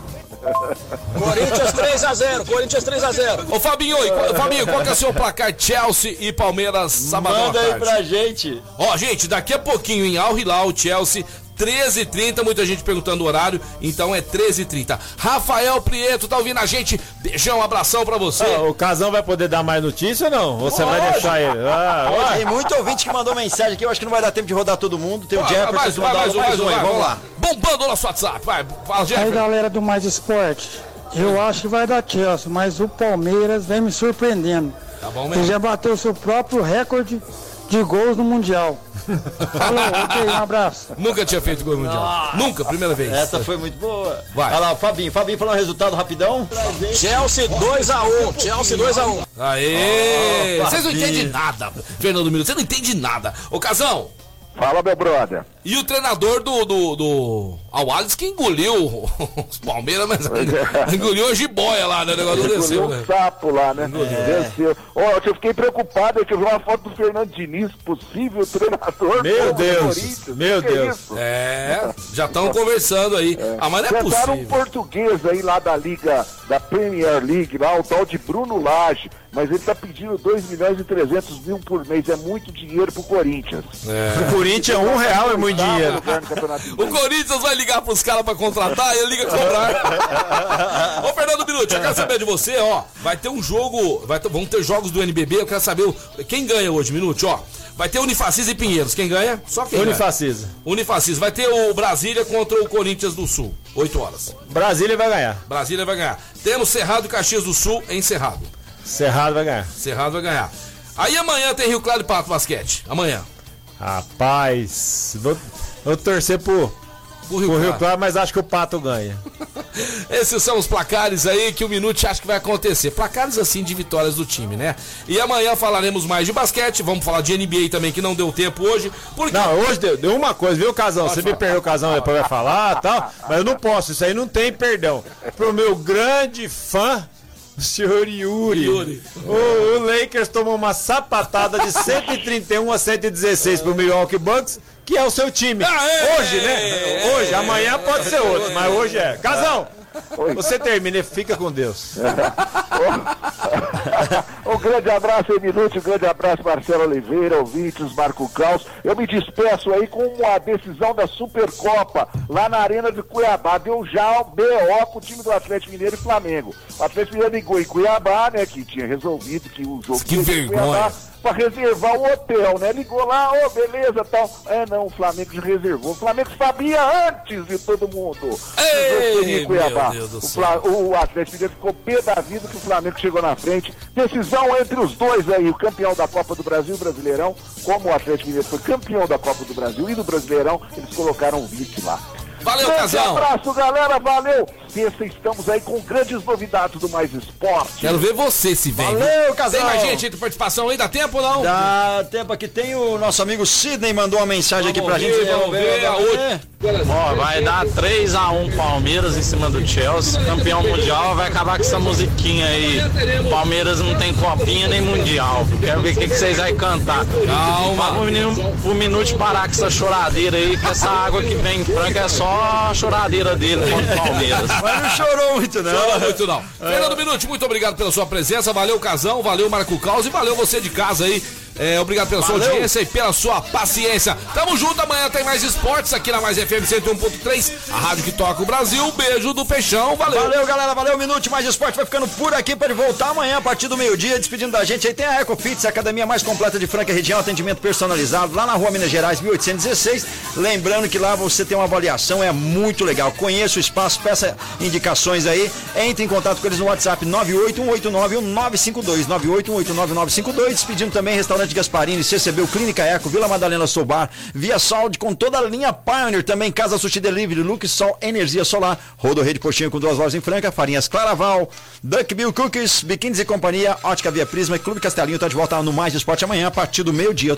S5: Corinthians 3x0. Corinthians 3x0.
S2: Ô, Fabinho, e qual- Fabinho, qual que é o seu placar Chelsea e Palmeiras sabadão à
S1: Manda aí
S2: tarde?
S1: pra gente.
S2: Ó, gente, daqui a pouquinho em Al Hilal, Chelsea, 13h30, muita gente perguntando o horário, então é 13h30. Rafael Prieto tá ouvindo a gente, beijão, abração pra você.
S3: Ah, o Casão vai poder dar mais notícia ou não? Ou você vai deixar ele? Ah, vai.
S1: Tem muito ouvinte que mandou mensagem aqui. Eu acho que não vai dar tempo de rodar todo mundo. Tem o
S2: Ó,
S1: Jefferson.
S2: mais, um, vai,
S1: mandou-
S2: mais um, mais um,
S1: aí,
S2: vai,
S1: Vamos lá.
S2: Bombando o nosso WhatsApp, vai, fala,
S11: Aí,
S2: Jeff.
S11: galera do Mais Esporte, eu acho que vai dar Chelsea, mas o Palmeiras vem me surpreendendo.
S2: Tá bom
S11: Ele
S2: mesmo?
S11: já bateu seu próprio recorde de gols no Mundial. Falou, ok, um abraço.
S2: Nunca tinha feito gol mundial. Nunca, primeira vez.
S1: Essa foi muito boa.
S2: Vai.
S1: Olha lá, o Fabinho. Fabinho falou um resultado rapidão.
S5: Chelsea 2x1. Chelsea 2x1.
S2: Aê!
S1: Ó,
S2: Vocês não
S1: Fabinho.
S2: entendem nada, Fernando Miro, você não entende nada. Ô, Casão,
S7: Fala, meu brother.
S2: E o treinador do. do, do Al Ahly que engoliu os Palmeiras, mas engoliu a jiboia lá, né? O negócio não
S7: Engoliu
S2: desceu,
S7: um
S2: né?
S7: sapo lá, né? Venceu. Ó, eu fiquei preocupado, é que eu vi uma foto do Fernando Diniz, possível treinador.
S3: Meu
S7: novo do
S3: Deus,
S7: Corinthians.
S3: meu
S7: Que
S3: Deus.
S7: isso?
S2: É, já estão conversando aí. Ah, mas não é
S7: Enfrentaram um
S2: possível.
S7: português aí lá da Liga, da Premier League, lá, o tal de Bruno Lage, mas ele tá pedindo 2 milhões e 300 mil por mês, é muito dinheiro pro Corinthians.
S3: O Corinthians, um real é muito dinheiro.
S7: Lugar no Campeonato
S2: O Corinthians vai ligar pros caras pra contratar e ele liga cobrar. Ô, Fernando Minuti, eu quero saber de você, ó. Vai ter um jogo. Vai ter- vão ter jogos do NBB, eu quero saber o- quem ganha hoje, Minuti, ó. Vai ter Unifacisa e Pinheiros. Quem ganha? Só quem ganha.
S3: Unifacisa.
S2: Unifacisa. Vai ter o Brasília contra o Corinthians do Sul. 8 horas.
S3: Brasília vai ganhar.
S2: Brasília vai ganhar. Temos Cerrado e Caxias do Sul em Cerrado.
S3: Cerrado vai ganhar.
S2: Cerrado vai ganhar. Aí amanhã tem Rio Claro e Pato Basquete. Amanhã.
S3: Rapaz, vou, vou torcer pro, pro Rio, Claro, mas acho que o Pato ganha.
S2: Esses são os placares aí que o Minute acha que vai acontecer. Placares assim de vitórias do time, né? E amanhã falaremos mais de basquete. Vamos falar de NBA também, que não deu tempo hoje. Porque...
S3: Não, hoje deu, deu uma coisa, viu, Casão? Você me perdeu, Casão, depois vai falar tal. Mas eu não posso, isso aí não tem perdão. Pro meu grande fã, o senhor Yuri.
S2: Yuri.
S3: O, o Lakers tomou uma sapatada de 131 a 116 pro Milwaukee Bucks, que é o seu time.
S2: Aê!
S3: Hoje, né? Hoje, amanhã pode ser outro, mas hoje é. Casão, você termina e fica com Deus.
S7: Um grande abraço, Eminute, um grande abraço, Marcelo Oliveira, ouvintes, Marco Caos. Eu me despeço aí com a decisão da Supercopa, lá na Arena de Cuiabá. Deu já um BO com o time do Atlético Mineiro e Flamengo. O Atlético Mineiro ligou em Cuiabá, né, que tinha resolvido que o jogo
S2: Que
S7: ia ser em
S2: vergonha.
S7: Cuiabá pra reservar o hotel, né? Ligou lá, ô, beleza, tal. É, não, o Flamengo já reservou. O Flamengo sabia antes de todo mundo.
S2: Ei,
S7: Eu seria em
S2: meu
S7: Cuiabá.
S2: Deus do
S7: O
S2: céu.
S7: Fla- o Atlético Mineiro ficou pé da vida que o Flamengo chegou na frente. Decisão entre os dois aí, o campeão da Copa do Brasil e o Brasileirão. Como o Atlético Mineiro foi campeão da Copa do Brasil e do Brasileirão, eles colocaram o vice lá.
S2: Valeu,
S7: Grande
S2: Casão.
S7: abraço, galera, valeu. Sexta, estamos aí com grandes novidades do Mais Esporte.
S2: Quero ver você se vem. viu?
S1: Valeu, Casão.
S2: Tem mais gente de participação aí? Dá tempo ou não?
S1: Dá tempo aqui. Tem o nosso amigo Sidney mandou uma mensagem aqui
S2: Vamos
S1: pra
S2: ver,
S1: gente.
S2: vamos ver a
S1: É.
S12: Ó, vai dar 3x1 Palmeiras em cima do Chelsea. Campeão mundial vai acabar com essa musiquinha aí. Palmeiras não tem copinha nem mundial. Quero ver o que, que vocês vão cantar.
S2: Calma.
S12: Fala pro menino pro minuto parar com essa choradeira aí, que essa água que vem em Franca é só a choradeira dele contra o Palmeiras.
S1: Mas não chorou muito, não.
S2: Chorou muito não.
S1: É.
S2: Fernando Minuti, muito obrigado pela sua presença. Valeu, Casão. Valeu, Marco Caos. E valeu você de casa aí. É, obrigado pela sua
S1: Valeu.
S2: audiência e pela sua paciência. Tamo junto. Amanhã tem mais esportes aqui na Mais FM 101.3. A rádio que toca o Brasil. Beijo do Peixão. Valeu.
S1: Valeu, galera. Valeu, um Minuto Mais Esporte vai ficando por aqui para ele voltar amanhã a partir do meio-dia, despedindo da gente. Aí tem a EcoFits, a academia mais completa de Franca Região, atendimento personalizado, lá na rua Minas Gerais, 1816. Lembrando que lá você tem uma avaliação, é muito legal. Conheça o espaço, peça indicações aí. Entre em contato com eles no WhatsApp 981891952, 981891952. Despedindo também Restaurante Gasparini, CCB, Clínica Eco, Vila Madalena Sobar, Via Saúde, com toda a linha Pioneer, também Casa Sushi Delivery, Lux Sol, Energia Solar, Rodo Rede Postinho com duas lojas em Franca, Farinhas Claraval, Duck Bill Cookies, Biquínis e Companhia, Ótica Via Prisma e Clube Castelinho tá de volta no Mais Esporte amanhã a partir do meio-dia.